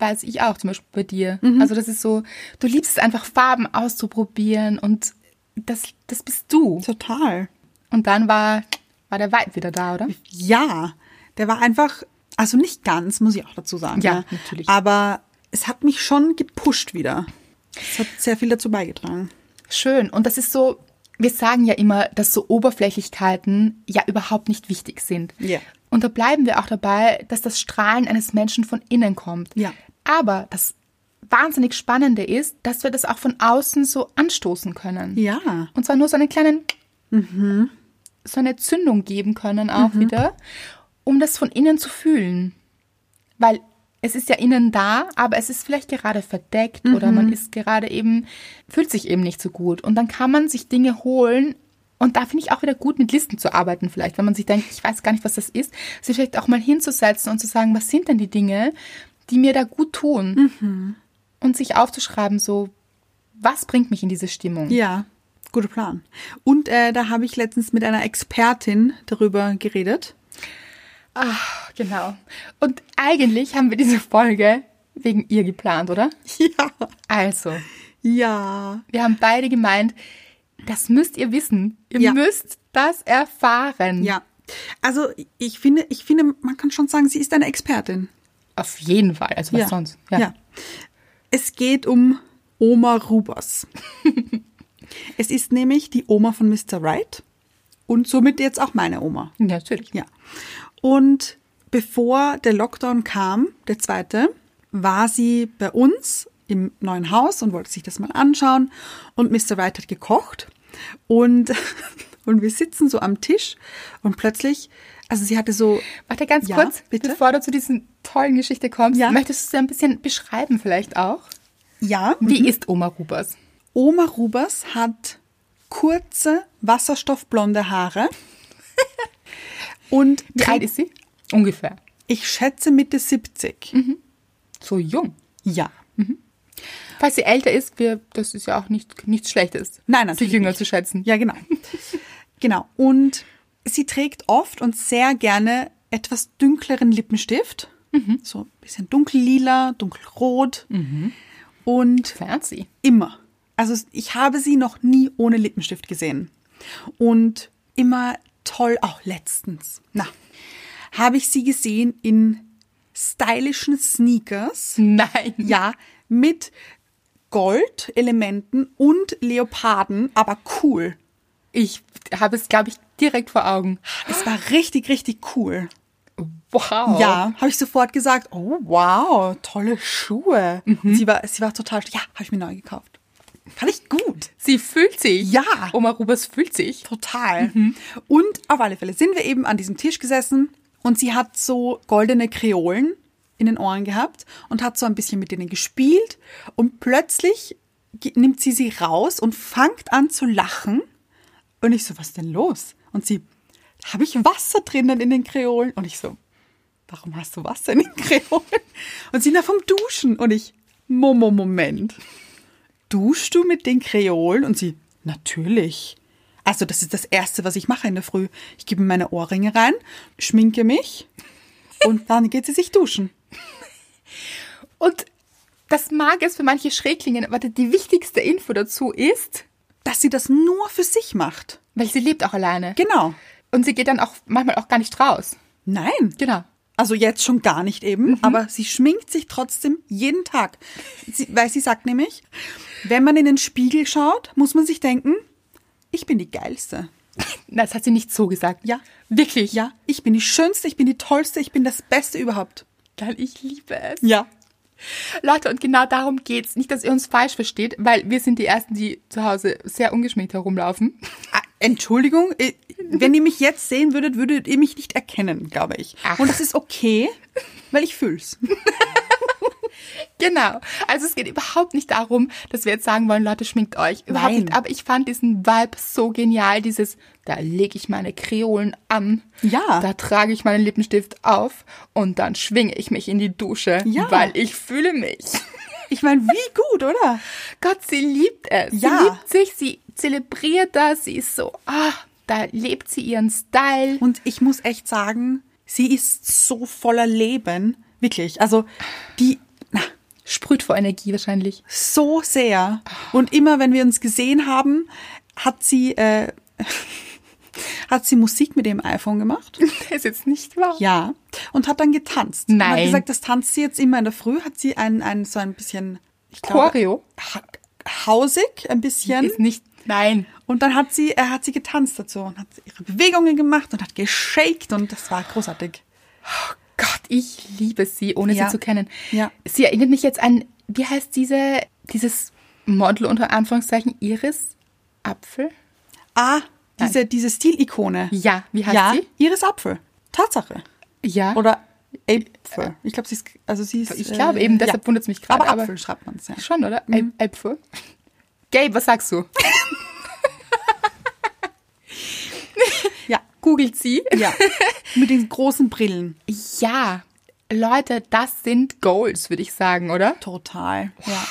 weiß ich auch zum Beispiel bei dir.
Mhm.
Also das ist so, du liebst es einfach Farben auszuprobieren und das, das bist du.
Total.
Und dann war, war der Vibe wieder da, oder?
Ja, der war einfach, also nicht ganz, muss ich auch dazu sagen.
Ja, natürlich.
Aber es hat mich schon gepusht wieder. Es hat sehr viel dazu beigetragen.
Schön. Und das ist so, wir sagen ja immer, dass so Oberflächlichkeiten ja überhaupt nicht wichtig sind.
Ja.
Und da bleiben wir auch dabei, dass das Strahlen eines Menschen von innen kommt.
Ja.
Aber das wahnsinnig Spannende ist, dass wir das auch von außen so anstoßen können.
Ja.
Und zwar nur so einen kleinen, so eine Zündung geben können auch wieder, um das von innen zu fühlen. Weil es ist ja innen da, aber es ist vielleicht gerade verdeckt oder man ist gerade eben, fühlt sich eben nicht so gut. Und dann kann man sich Dinge holen. Und da finde ich auch wieder gut, mit Listen zu arbeiten vielleicht, wenn man sich denkt, ich weiß gar nicht, was das ist, sich vielleicht auch mal hinzusetzen und zu sagen, was sind denn die Dinge, die mir da gut tun? Und sich aufzuschreiben, so, was bringt mich in diese Stimmung?
Ja, guter Plan. Und äh, da habe ich letztens mit einer Expertin darüber geredet.
Genau. Und eigentlich haben wir diese Folge wegen ihr geplant, oder?
Ja.
Also,
Ja.
wir haben beide gemeint, das müsst ihr wissen. Ihr
Ja.
müsst das erfahren.
Ja. Also ich finde, ich finde, man kann schon sagen, sie ist eine Expertin.
Auf jeden Fall. Also was sonst?
Ja. Es geht um Oma Rubers. es ist nämlich die Oma von Mr. Wright und somit jetzt auch meine Oma.
Ja, natürlich.
Ja. Und bevor der Lockdown kam, der zweite, war sie bei uns im neuen Haus und wollte sich das mal anschauen. Und Mr. Wright hat gekocht. Und, und wir sitzen so am Tisch und plötzlich, also sie hatte so,
Warte ganz
Ja,
kurz,
bitte?
bevor du zu diesen tollen Geschichte kommst,
Ja.
möchtest du sie ein bisschen beschreiben vielleicht auch?
ja,
Wie ist Oma Rubers?
Oma Rubers hat kurze, wasserstoffblonde Haare. und
Wie alt ist sie? Ungefähr.
ich schätze Mitte 70.
So jung.
Ja.
Falls sie älter ist, wir, das ist ja auch nicht, nichts Schlechtes.
Nein,
Sie
natürlich
jünger
nicht.
zu schätzen.
Ja, genau. genau. Und sie trägt oft und sehr gerne etwas dünkleren Lippenstift. So ein bisschen dunkellila, dunkelrot. Und
Fancy.
immer. Also ich habe sie noch nie ohne Lippenstift gesehen. Und immer toll, auch letztens. Na, habe ich sie gesehen in stylischen Sneakers.
Nein.
Ja, mit Goldelementen und Leoparden, aber cool.
Ich habe es, glaube ich, direkt vor Augen.
Es war richtig, richtig cool.
Wow.
Ja, habe ich sofort gesagt, oh wow, tolle Schuhe. Und sie war, sie war total, ja, habe ich mir neu gekauft. Fand ich gut.
Sie fühlt sich.
Ja.
Oma Rubers fühlt sich.
Total. Mhm. Und auf alle Fälle sind wir eben an diesem Tisch gesessen und sie hat so goldene Kreolen in den Ohren gehabt und hat so ein bisschen mit denen gespielt und plötzlich ge- nimmt sie sie raus und fängt an zu lachen und ich so, was ist denn los? Und sie, habe ich Wasser drinnen in den Kreolen? Und ich so, warum hast du Wasser in den Kreolen? Und sie, na vom Duschen. Und ich, Momo, Moment duschst du mit den Kreolen? Und sie, natürlich. Also, das ist das Erste, was ich mache in der Früh. Ich gebe mir meine Ohrringe rein, schminke mich und dann geht sie sich duschen.
Und das mag es für manche schräg klingen, aber die wichtigste Info dazu ist,
Dass sie das nur für sich macht.
weil sie lebt auch alleine.
Genau.
Und sie geht dann auch manchmal auch gar nicht raus.
Nein.
Genau.
Also jetzt schon gar nicht eben, aber sie schminkt sich trotzdem jeden Tag. Sie, weil sie sagt nämlich, wenn man in den Spiegel schaut, muss man sich denken, ich bin die Geilste.
Na, das hat sie nicht so gesagt.
Ja.
Wirklich?
Ja, ich bin die Schönste, ich bin die Tollste, ich bin das Beste überhaupt.
Dann ich liebe es.
Ja.
Leute, und genau darum geht's. Nicht, dass ihr uns falsch versteht, weil wir sind die Ersten, die zu Hause sehr ungeschminkt herumlaufen.
Ah, Entschuldigung, äh, wenn ihr mich jetzt sehen würdet, würdet ihr mich nicht erkennen, glaube ich.
Ach.
Und das ist okay, weil ich fühl's.
Genau. Also es geht überhaupt nicht darum, dass wir jetzt sagen wollen, Leute, schminkt euch. Überhaupt
Nein.
nicht. Aber ich fand diesen Vibe so genial, dieses, da lege ich meine Kreolen an.
Ja.
Da trage ich meinen Lippenstift auf und dann schwinge ich mich in die Dusche,
Ja.
weil ich fühle mich.
Ich meine, wie gut, oder?
Gott, sie liebt es.
Ja.
Sie liebt sich, sie zelebriert das, sie ist so, ah, da lebt sie ihren Style.
Und ich muss echt sagen, sie ist so voller Leben, wirklich. Also die na,
Sprüht vor Energie wahrscheinlich.
so sehr. Und immer, wenn wir uns gesehen haben, hat sie äh, hat sie Musik mit dem iPhone gemacht.
Das ist jetzt nicht wahr.
Ja, und hat dann getanzt. Und hat
Nein.
gesagt, das tanzt sie jetzt immer in der Früh. Hat sie ein, ein so ein bisschen ich
Choreo?
ha- hausig ein bisschen.
Ist nicht, nein.
Und dann hat sie, äh, hat sie getanzt dazu und hat ihre Bewegungen gemacht und hat geshaked und das war großartig.
Gott, ich liebe sie, ohne
Ja.
sie zu kennen.
Ja.
Sie erinnert mich jetzt an, wie heißt diese, dieses Model unter Anführungszeichen, Iris Apfel?
Ah, diese, diese Stilikone.
Ja, wie heißt
ja,
sie?
Iris Apfel. Tatsache.
Ja.
Oder Äpfel. Ich glaube, sie ist, also sie ist.
Ich glaube eben, deshalb wundert's mich gerade,
Aber
aber-
Apfel schreibt man es, ja.
Schon, oder? Mhm. Äpfel. Gabe, was sagst du?
Ja.
Googelt sie.
ja. Mit den großen Brillen.
Ja. Leute, das sind Goals, würde ich sagen, oder?
Total. Ja.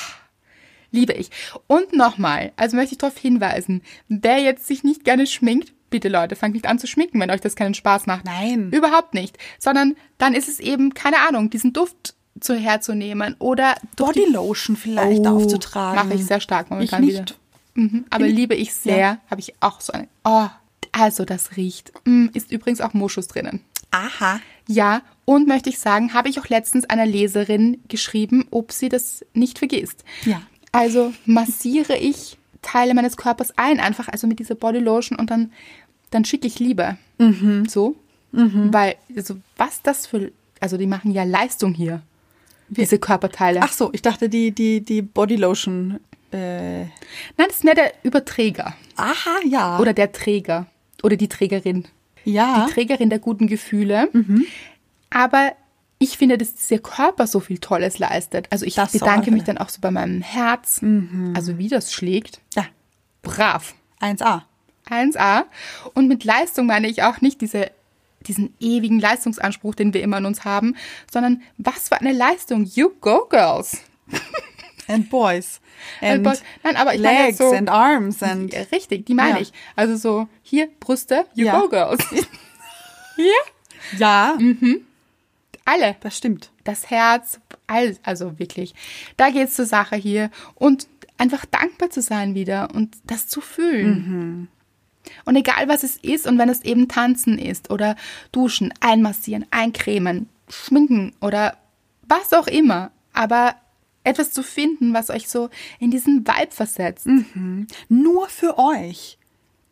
Liebe ich. Und nochmal, also möchte ich darauf hinweisen, wer jetzt sich nicht gerne schminkt, bitte Leute, fangt nicht an zu schminken, wenn euch das keinen Spaß macht.
Nein.
Überhaupt nicht. Sondern dann ist es eben, keine Ahnung, diesen Duft zu herzunehmen oder durch die-
Bodylotion vielleicht
Oh,
aufzutragen.
Mache ich sehr stark momentan
Ich nicht.
wieder. Mhm, aber liebe ich sehr, habe ich auch so eine. Oh, Also das riecht. Mm, Ist übrigens auch Moschus drinnen.
Aha.
Ja, und möchte ich sagen, habe ich auch letztens einer Leserin geschrieben, ob sie das nicht vergisst.
Ja.
Also massiere ich Teile meines Körpers ein, einfach also mit dieser Bodylotion und dann, dann schicke ich Liebe.
Mhm.
So. Weil, also was das für, also die machen ja Leistung hier, diese Körperteile.
Ach so, ich dachte, die, die, die Bodylotion. Äh,
Nein, das ist mehr der Überträger
aha, ja.
oder der Träger oder die Trägerin.
ja. Mhm.
die Trägerin der guten Gefühle. Aber ich finde, dass dieser Körper so viel Tolles leistet. Also ich
Das Mhm. auf alle
bedanke
Fälle.
mich dann auch so bei meinem Herz, also wie das schlägt.
ja.
Brav.
1a.
1a. Und mit Leistung meine ich auch nicht diese, diesen ewigen Leistungsanspruch, den wir immer an uns haben, sondern was für eine Leistung. You go, girls.
And boys. And
Boys. Nein, aber ich meine jetzt
legs
so-
and arms and
Ja, richtig, die meine
Ja.
ich. Also so, hier, Brüste, you
Ja.
go, girls. hier,
ja,
Mhm. alle.
das stimmt.
das Herz, all, also wirklich, da geht's zur Sache hier und einfach dankbar zu sein wieder und das zu fühlen. Und egal was es ist und wenn es eben tanzen ist oder duschen, einmassieren, eincremen, schminken oder was auch immer, aber etwas zu finden, was euch so in diesen Vibe versetzt.
Nur für euch.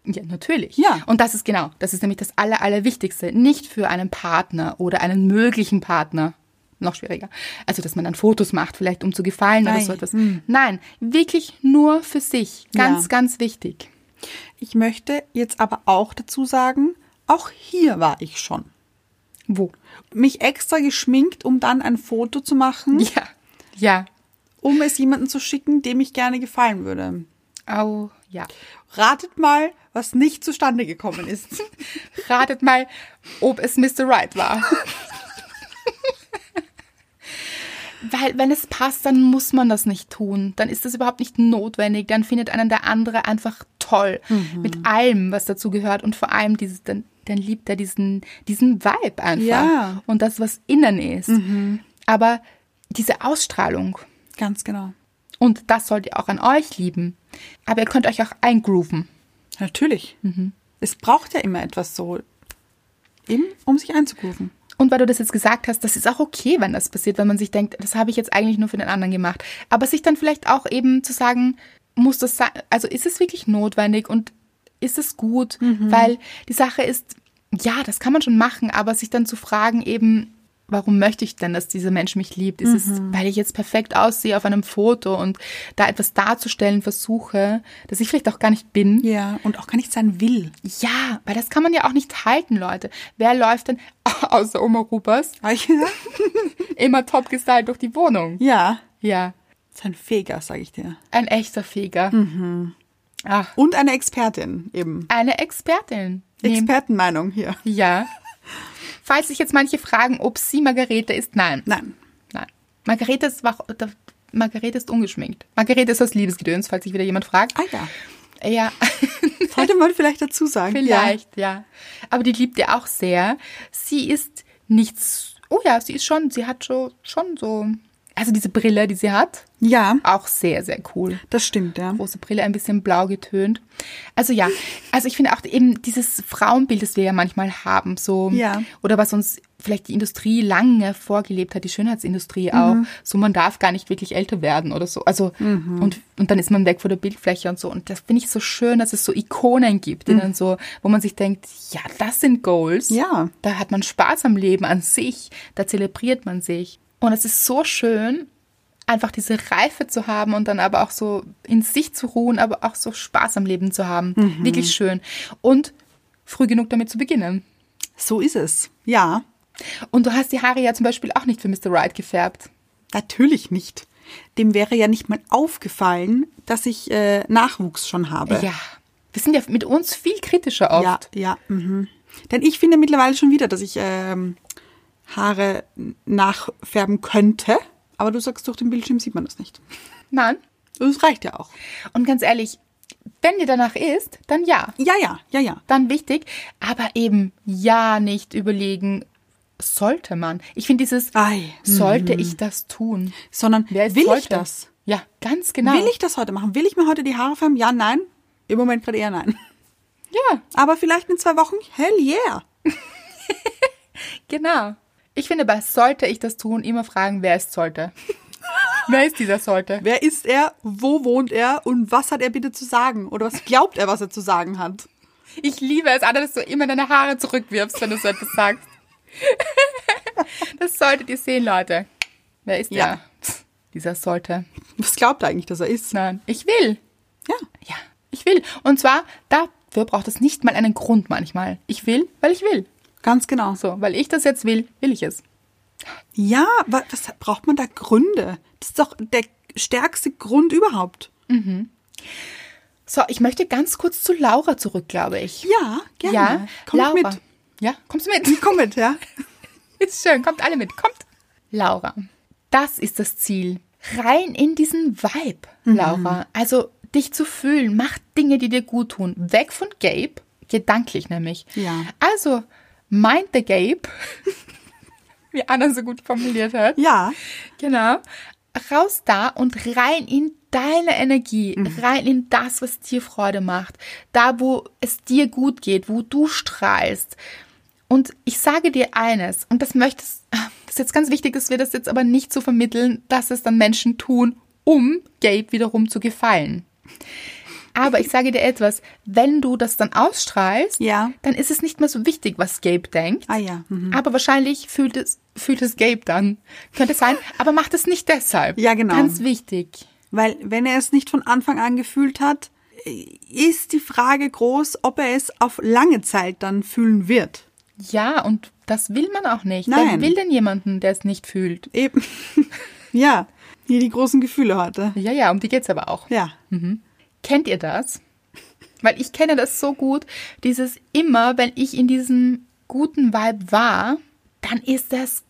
Ja, natürlich.
Ja.
Und das ist genau, das ist nämlich das Aller, Allerwichtigste. Nicht für einen Partner oder einen möglichen Partner. Noch schwieriger. Also, dass man dann Fotos macht, vielleicht um zu gefallen oder
Nein. Hm.
so etwas. Nein, wirklich nur für sich. Ganz,
Ja.
ganz wichtig.
Ich möchte jetzt aber auch dazu sagen, auch hier war ich schon.
Wo?
Mich extra geschminkt, um dann ein Foto zu machen,
Ja. Ja.
um es jemanden zu schicken, dem ich gerne gefallen würde.
Au, ja.
Ratet mal, was nicht zustande gekommen ist.
Ratet mal, ob es Mr. Right war. Weil, wenn es passt, dann muss man das nicht tun. Dann ist das überhaupt nicht notwendig. Dann findet einen der andere einfach toll. Mit allem, was dazu gehört. Und vor allem, dieses, dann, dann liebt er diesen, diesen Vibe einfach.
Ja.
Und das, was innen ist. Aber diese Ausstrahlung.
Ganz genau.
Und das sollt ihr auch an euch lieben. Aber ihr könnt euch auch eingrooven.
Natürlich.
Mhm.
Es braucht ja immer etwas so, eben um sich einzugrooven.
Und weil du das jetzt gesagt hast, das ist auch okay, wenn das passiert, wenn man sich denkt, das habe ich jetzt eigentlich nur für den anderen gemacht. Aber sich dann vielleicht auch eben zu sagen, muss das sein, also ist es wirklich notwendig und ist es gut? Weil die Sache ist, ja, das kann man schon machen, aber sich dann zu fragen eben, warum möchte ich denn, dass dieser Mensch mich liebt? Ist es, weil ich jetzt perfekt aussehe auf einem Foto und da etwas darzustellen versuche, dass ich vielleicht auch gar nicht bin?
Ja, und auch gar nicht sein will.
Ja, weil das kann man ja auch nicht halten, Leute. Wer läuft denn, außer Oma Rupas, immer top gestylt durch die Wohnung.
ja,
Ja,
sein Feger, sage ich dir.
ein echter Feger. Ach,
Und eine Expertin eben.
eine Expertin. Nehm-
Expertenmeinung hier.
ja. Falls sich jetzt manche fragen, ob sie Margarete ist, nein.
Nein.
Nein. Margarete ist, wach, da- Margarete ist ungeschminkt. Margarete ist aus Liebesgedöns, falls sich wieder jemand fragt.
Ah ja.
Ja,
Sollte man vielleicht dazu sagen.
vielleicht, ja. Aber die liebt ihr auch sehr. Sie ist nichts. Oh ja, sie ist schon, sie hat schon, schon so. Also diese Brille, die sie hat,
Ja. ja,
auch sehr, sehr cool.
das stimmt, ja.
große Brille, ein bisschen blau getönt. Also ja, also ich finde auch eben dieses Frauenbild, das wir ja manchmal haben, so
Ja.
oder was uns vielleicht die Industrie lange vorgelebt hat, die Schönheitsindustrie auch, so man darf gar nicht wirklich älter werden oder so. Also und, und dann ist man weg von der Bildfläche und so. Und das finde ich so schön, dass es so Ikonen gibt, die dann so, wo man sich denkt, ja, das sind Goals.
Ja.
Da hat man Spaß am Leben an sich, da zelebriert man sich. Und es ist so schön, einfach diese Reife zu haben und dann aber auch so in sich zu ruhen, aber auch so Spaß am Leben zu haben.
Mhm.
Wirklich schön. Und früh genug damit zu beginnen.
So ist es. Ja,
Und du hast die Haare ja zum Beispiel auch nicht für Mr. Right gefärbt.
natürlich nicht. Dem wäre ja nicht mal aufgefallen, dass ich äh, Nachwuchs schon habe.
Ja. Wir sind ja mit uns viel kritischer oft.
Ja, ja. Mhm. Denn ich finde mittlerweile schon wieder, dass ich ähm, Haare nachfärben könnte. Aber du sagst, durch den Bildschirm sieht man das nicht.
Nein.
Das reicht ja auch.
Und ganz ehrlich, wenn dir danach ist, dann ja.
Ja, ja, ja, ja.
dann wichtig. Aber eben ja nicht überlegen, sollte man. Ich finde dieses,
Ei.
sollte ich das tun?
Sondern
Wer ist
Ah. Mhm. will ich
sollte?
das?
Ja, ganz genau.
Will ich das heute machen? Will ich mir heute die Haare färben? Ja, nein. Im Moment gerade eher nein.
Ja,
Aber vielleicht in zwei Wochen, hell yeah.
genau. Ich finde aber, sollte ich das tun, immer fragen, wer es sollte. wer ist dieser sollte?
Wer ist er? Wo wohnt er? Und was hat er bitte zu sagen? Oder was glaubt er, was er zu sagen hat?
Ich liebe es, Anna, dass du immer deine Haare zurückwirfst, wenn du so etwas sagst. das solltet ihr sehen, Leute. Wer ist
Ja.
der? Pff, Dieser sollte.
Was glaubt er eigentlich, dass er ist?
Nein, ich will.
Ja.
Ja, ich will. Und zwar, dafür braucht es nicht mal einen Grund manchmal. Ich will, weil ich will.
Ganz genau.
So, weil ich das jetzt will, will ich es.
Ja, wa- was braucht man da Gründe? Das ist doch der stärkste Grund überhaupt.
So, ich möchte ganz kurz zu Laura zurück, glaube ich.
Ja, gerne.
Ja,
Komm
Laura.
mit.
Ja, kommst du mit?
Komm mit, ja.
Ist schön, kommt alle mit, kommt. Laura, das ist das Ziel. Rein in diesen Vibe, Laura. Also dich zu fühlen, mach Dinge, die dir gut tun. Weg von Gabe, gedanklich nämlich.
Ja.
Also, mind the Gabe, wie Anna so gut formuliert hat.
Ja.
Genau. Raus da und rein in deine Energie, rein in das, was dir Freude macht, da, wo es dir gut geht, wo du strahlst. Und ich sage dir eines, und das möchtest, das ist jetzt ganz wichtig, dass wir das jetzt aber nicht so vermitteln, dass es dann Menschen tun, um Gabe wiederum zu gefallen. Aber ich sage dir etwas, wenn du das dann ausstrahlst,
Ja.
dann ist es nicht mehr so wichtig, was Gabe denkt.
Ah ja. Mhm.
Aber wahrscheinlich fühlt es, fühlt es Gabe dann. Könnte sein, aber macht es nicht deshalb.
Ja, genau.
Ganz wichtig.
Weil wenn er es nicht von Anfang an gefühlt hat, ist die Frage groß, ob er es auf lange Zeit dann fühlen wird.
Ja, und das will man auch nicht.
Nein.
Wer will denn jemanden, der es nicht fühlt?
Eben. ja. Hier die großen Gefühle heute.
Ja, ja, um die geht's aber auch.
Ja.
Kennt ihr das? Weil ich kenne das so gut, dieses immer, wenn ich in diesem guten Vibe war, dann ist das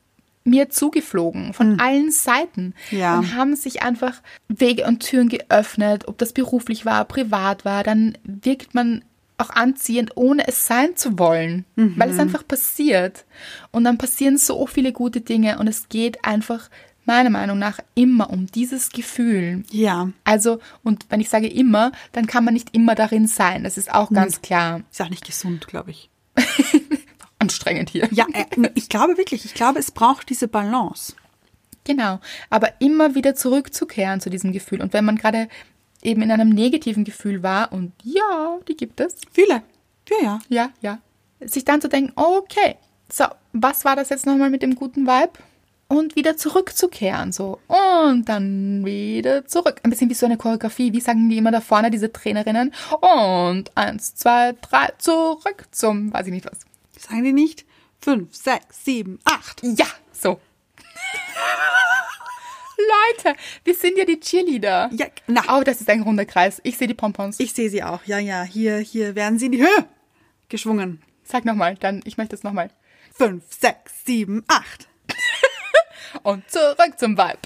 mir zugeflogen von allen Seiten.
Ja.
Dann haben sich einfach Wege und Türen geöffnet, ob das beruflich war, privat war, dann wirkt man auch anziehend, ohne es sein zu wollen, weil es einfach passiert. Und dann passieren so viele gute Dinge und es geht einfach meiner Meinung nach immer um dieses Gefühl.
Ja.
Also, und wenn ich sage immer, dann kann man nicht immer darin sein. Das ist auch ganz klar
Ist auch nicht gesund, glaube ich.
anstrengend hier.
Ja, äh, ich glaube wirklich. Ich glaube, es braucht diese Balance.
Genau. Aber immer wieder zurückzukehren zu diesem Gefühl. Und wenn man gerade eben in einem negativen Gefühl war und ja, die gibt es,
Viele. Ja, ja.
ja, ja, sich dann zu denken, okay, so, was war das jetzt nochmal mit dem guten Vibe? Und wieder zurückzukehren, so. Und dann wieder zurück. Ein bisschen wie so eine Choreografie. Wie sagen die immer da vorne, diese Trainerinnen? Und eins, zwei, drei, zurück zum, weiß ich nicht was.
Sagen die nicht? Fünf, sechs, sieben, acht.
Ja, so. Leute, wir sind ja die Cheerleader.
Ja, na.
Oh, das ist ein runder Kreis. Ich sehe die Pompons.
Ich sehe sie auch. Ja, ja. Hier, hier werden sie in die Höhe geschwungen.
Sag nochmal, dann, ich möchte es nochmal.
Fünf, sechs, sieben, acht.
Und zurück zum Vibe.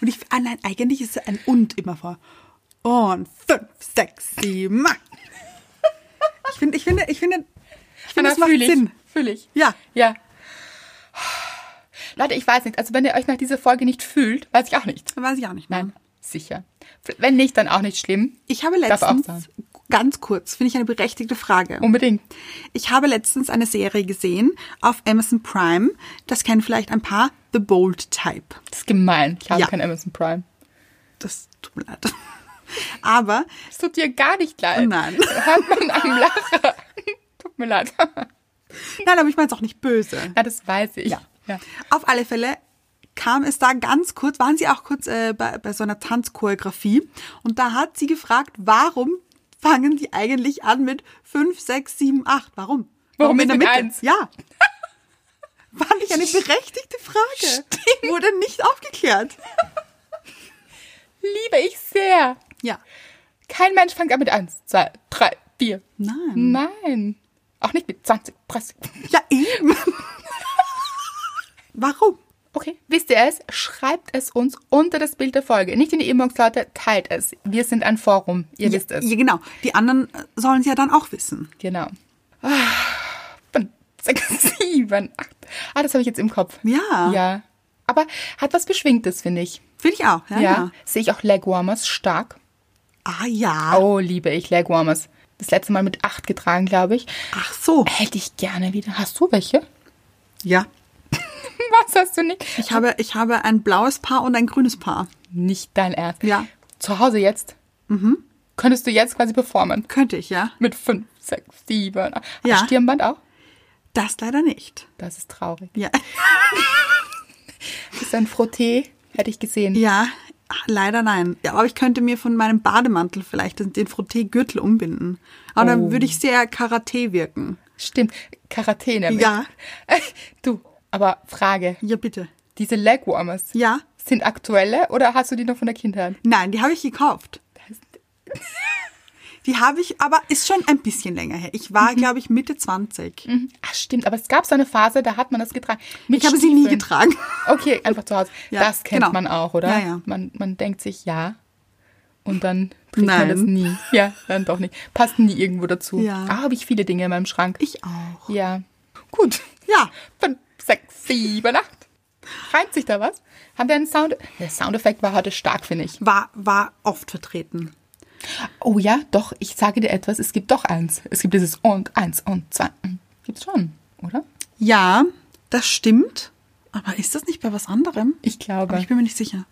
Und ich, ah nein, eigentlich ist ein und immer vor. Und fünf, sechs, sieben, acht. Ich finde, ich finde, ich finde, ich finde, das macht
fühle Ah, ich.
Sinn.
Fühle ich.
Ja.
Ja. Leute, ich weiß nicht. Also, wenn ihr euch nach dieser Folge nicht fühlt, weiß ich auch nicht.
Weiß ich auch nicht.
Nein, sicher. Wenn nicht, dann auch nicht schlimm.
Ich habe
Darf auch
letztens,
sein. Um.
ganz kurz, finde ich eine berechtigte Frage.
Unbedingt.
Ich habe letztens eine Serie gesehen auf Amazon Prime. Das kennen vielleicht ein paar. The Bold Type.
Das ist gemein. Ich habe
Ja.
kein Amazon Prime.
Das tut mir leid. Aber
Es tut dir gar nicht leid.
Oh Nein.
Hört man am Lachen. Tut mir leid.
Nein, aber ich meine es auch nicht böse.
Na, das weiß ich.
Ja. Auf alle Fälle kam es da ganz kurz, waren sie auch kurz äh, bei, bei so einer Tanzchoreografie und da hat sie gefragt, warum fangen die eigentlich an mit 5, 6, 7, 8? Warum?
Warum
in
nicht
der
mit
Mitte?
eins?
Ja. Fand ich eine berechtigte Frage. Wurde nicht aufgeklärt.
Liebe ich sehr.
Ja.
Kein Mensch fängt an mit 1, 2, 3, 4.
Nein.
Nein. Auch nicht mit 20, 30.
Ja, eben. warum?
Okay, wisst ihr es? Schreibt es uns unter das Bild der Folge. Nicht in die E-Mails, Leute, teilt es. Wir sind ein Forum. Ihr wisst es.
Ja, genau. Die anderen äh, sollen es ja dann auch wissen.
Genau. Ah, fünf, sechs, sieben, acht. Ah, das habe ich jetzt im Kopf.
Ja.
Ja. Aber hat was Beschwingtes, finde ich.
Finde ich auch. Ja. ja.
Sehe ich auch Legwarmers stark.
Ah ja.
Oh, liebe ich Legwarmers. das letzte Mal mit acht getragen, glaube ich.
Ach so.
Hätte ich gerne wieder. Hast du welche?
Ja.
Was hast du nicht?
Ich habe, ich habe ein blaues Paar und ein grünes Paar.
Nicht dein Ernst.
Ja. Mhm.
Zu Hause jetzt? Könntest du jetzt quasi performen?
Könnte ich, ja?
Mit fünf, sechs, sieben. acht.
Ja.
Stirnband auch?
Das leider nicht.
Das ist traurig.
Ja.
Das ist ein Frotté, hätte ich gesehen.
Ja, leider nein. Ja, aber ich könnte mir von meinem Bademantel vielleicht den den Frotté-Gürtel umbinden. Aber
Oh.
dann würde ich sehr Karate wirken.
Stimmt. Karate nämlich.
Ja.
Du, aber Frage.
Ja, bitte.
Diese Legwarmers
Ja.
sind aktuelle oder hast du die noch von der Kindheit?
Nein, die habe ich gekauft.
Das ist-
Die habe ich, aber ist schon ein bisschen länger her. Ich
Mhm.
war, glaube ich, Mitte 20.
Ach stimmt, aber es gab so eine Phase, da hat man das getragen. Mit
Ich habe sie nie
Stiefeln.
getragen.
Okay, einfach zu Hause.
Ja,
das kennt
genau.
man auch, oder?
Ja, ja.
Man, man denkt sich ja und dann trägt man
Nein.
das nie. Ja, dann doch nicht. Passt nie irgendwo dazu.
Ja.
Ah, habe ich viele Dinge in meinem Schrank.
Ich auch.
ja. Gut.
Ja.
Fünf, sechs, sieben, acht. Reimt sich da was? Haben wir einen Sound? Der Soundeffekt war heute stark, finde ich.
War, war oft vertreten.
Oh ja, doch, ich sage dir etwas, es gibt doch eins. Es gibt dieses und eins und zwei. Gibt's schon, oder?
Ja, das stimmt. Aber ist das nicht bei was anderem?
Ich glaube.
Aber ich bin mir nicht sicher.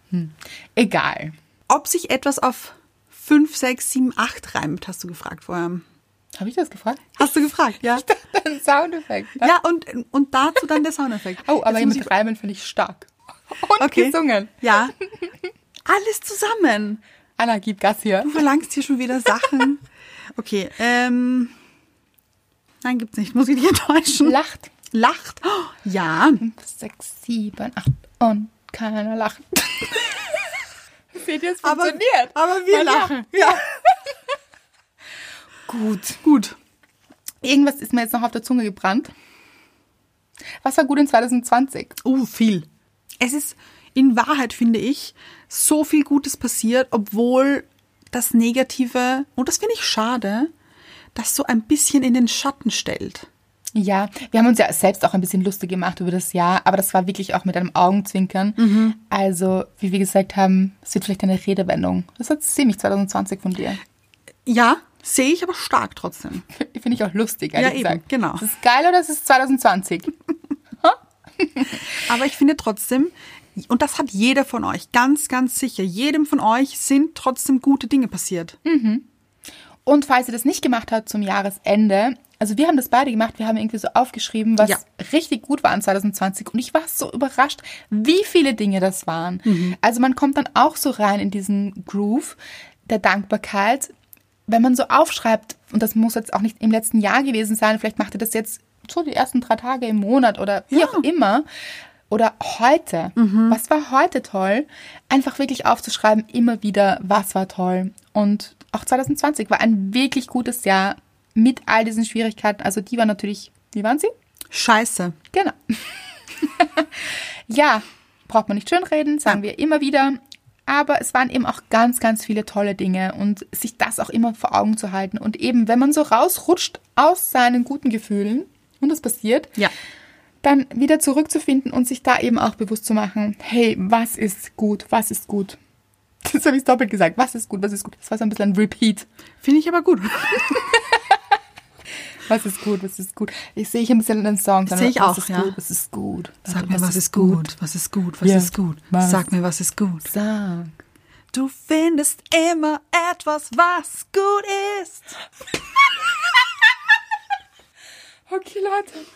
Egal.
Ob sich etwas auf 5, 6, 7, 8 reimt, hast du gefragt vorher.
Habe ich das gefragt?
Hast du gefragt, ja?
Ein Soundeffekt. ne?
Ja, und, und dazu dann der Soundeffekt.
Oh, aber
Jetzt muss
mit
ich-
Reimen finde ich stark. Und gesungen.
Ja. Alles zusammen.
Anna, gib Gas hier.
Du verlangst hier schon wieder Sachen. Okay, ähm. Nein, gibt's nicht. Muss ich dich enttäuschen?
Lacht.
Lacht. Oh, ja.
Fünf, Sechs, sieben, acht und keiner lacht. Seht ihr, es
Aber-
funktioniert.
aber wir
Weil
lachen.
Ja. Gut.
Gut.
Irgendwas ist mir jetzt noch auf der Zunge gebrannt. Was war gut in 2020?
Oh, viel. Es ist in Wahrheit, finde ich, so viel Gutes passiert, obwohl das Negative, und das finde ich schade, das so ein bisschen in den Schatten stellt.
Ja, wir haben uns ja selbst auch ein bisschen lustig gemacht über das Jahr, aber das war wirklich auch mit einem Augenzwinkern.
Mhm.
Also, wie wir gesagt haben, es wird vielleicht eine Redewendung. Das hat ziemlich 2020 von dir.
Ja, sehe ich aber stark trotzdem.
Finde ich auch lustig, ehrlich
Ja, eben,
gesagt.
genau.
Ist es geil oder ist es 2020?
Aber ich finde trotzdem, und das hat jeder von euch, ganz, ganz sicher, jedem von euch sind trotzdem gute Dinge passiert.
Und falls ihr das nicht gemacht habt zum Jahresende, also wir haben das beide gemacht, wir haben irgendwie so aufgeschrieben, was
Ja.
richtig gut war an 2020 und ich war so überrascht, wie viele Dinge das waren.
Mhm.
Also man kommt dann auch so rein in diesen Groove der Dankbarkeit, wenn man so aufschreibt, und das muss jetzt auch nicht im letzten Jahr gewesen sein, vielleicht macht ihr das jetzt so die ersten drei Tage im Monat oder wie auch immer. Oder heute. Was war heute toll? Einfach wirklich aufzuschreiben, immer wieder, was war toll. Und auch 2020 war ein wirklich gutes Jahr mit all diesen Schwierigkeiten. Also die waren natürlich, wie waren sie?
Scheiße.
Genau. ja, braucht man nicht schönreden, sagen wir immer wieder. Aber es waren eben auch ganz, ganz viele tolle Dinge und sich das auch immer vor Augen zu halten. Und eben, wenn man so rausrutscht aus seinen guten Gefühlen, und das passiert,
Ja.
dann wieder zurückzufinden und sich da eben auch bewusst zu machen, hey, was ist gut, was ist gut. Das habe ich doppelt gesagt, was ist gut, was ist gut. Das war so ein bisschen ein Repeat.
Finde ich aber gut.
Was ist gut, was ist gut. Ich sehe ich ein bisschen in den Song.
Das sehe ich
was
auch,
ist
ja.
gut, was ist gut.
Sag mir, was ist gut, was ist gut, was
Ja,
ist gut.
was-
Sag mir, was ist gut.
Sag.
Du findest immer etwas, was gut ist.
Okay, Leute.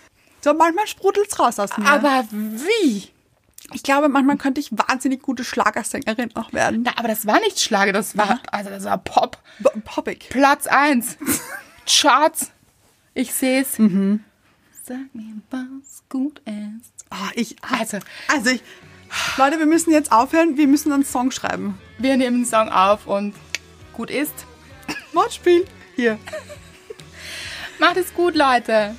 So, manchmal sprudelt's raus aus mir.
Aber wie?
ich glaube, manchmal könnte ich wahnsinnig gute Schlagersängerin auch werden.
Na, aber das war nicht Schlager, das war, also das war Pop.
B- Poppig.
Platz 1. Charts. Ich sehe es. Sag mir, was gut ist.
Ah, ich,
Also.
also, also ich, Leute, wir müssen jetzt aufhören. Wir müssen einen Song schreiben.
Wir nehmen den Song auf und gut ist.
Wortspiel. Hier.
Macht es gut, Leute.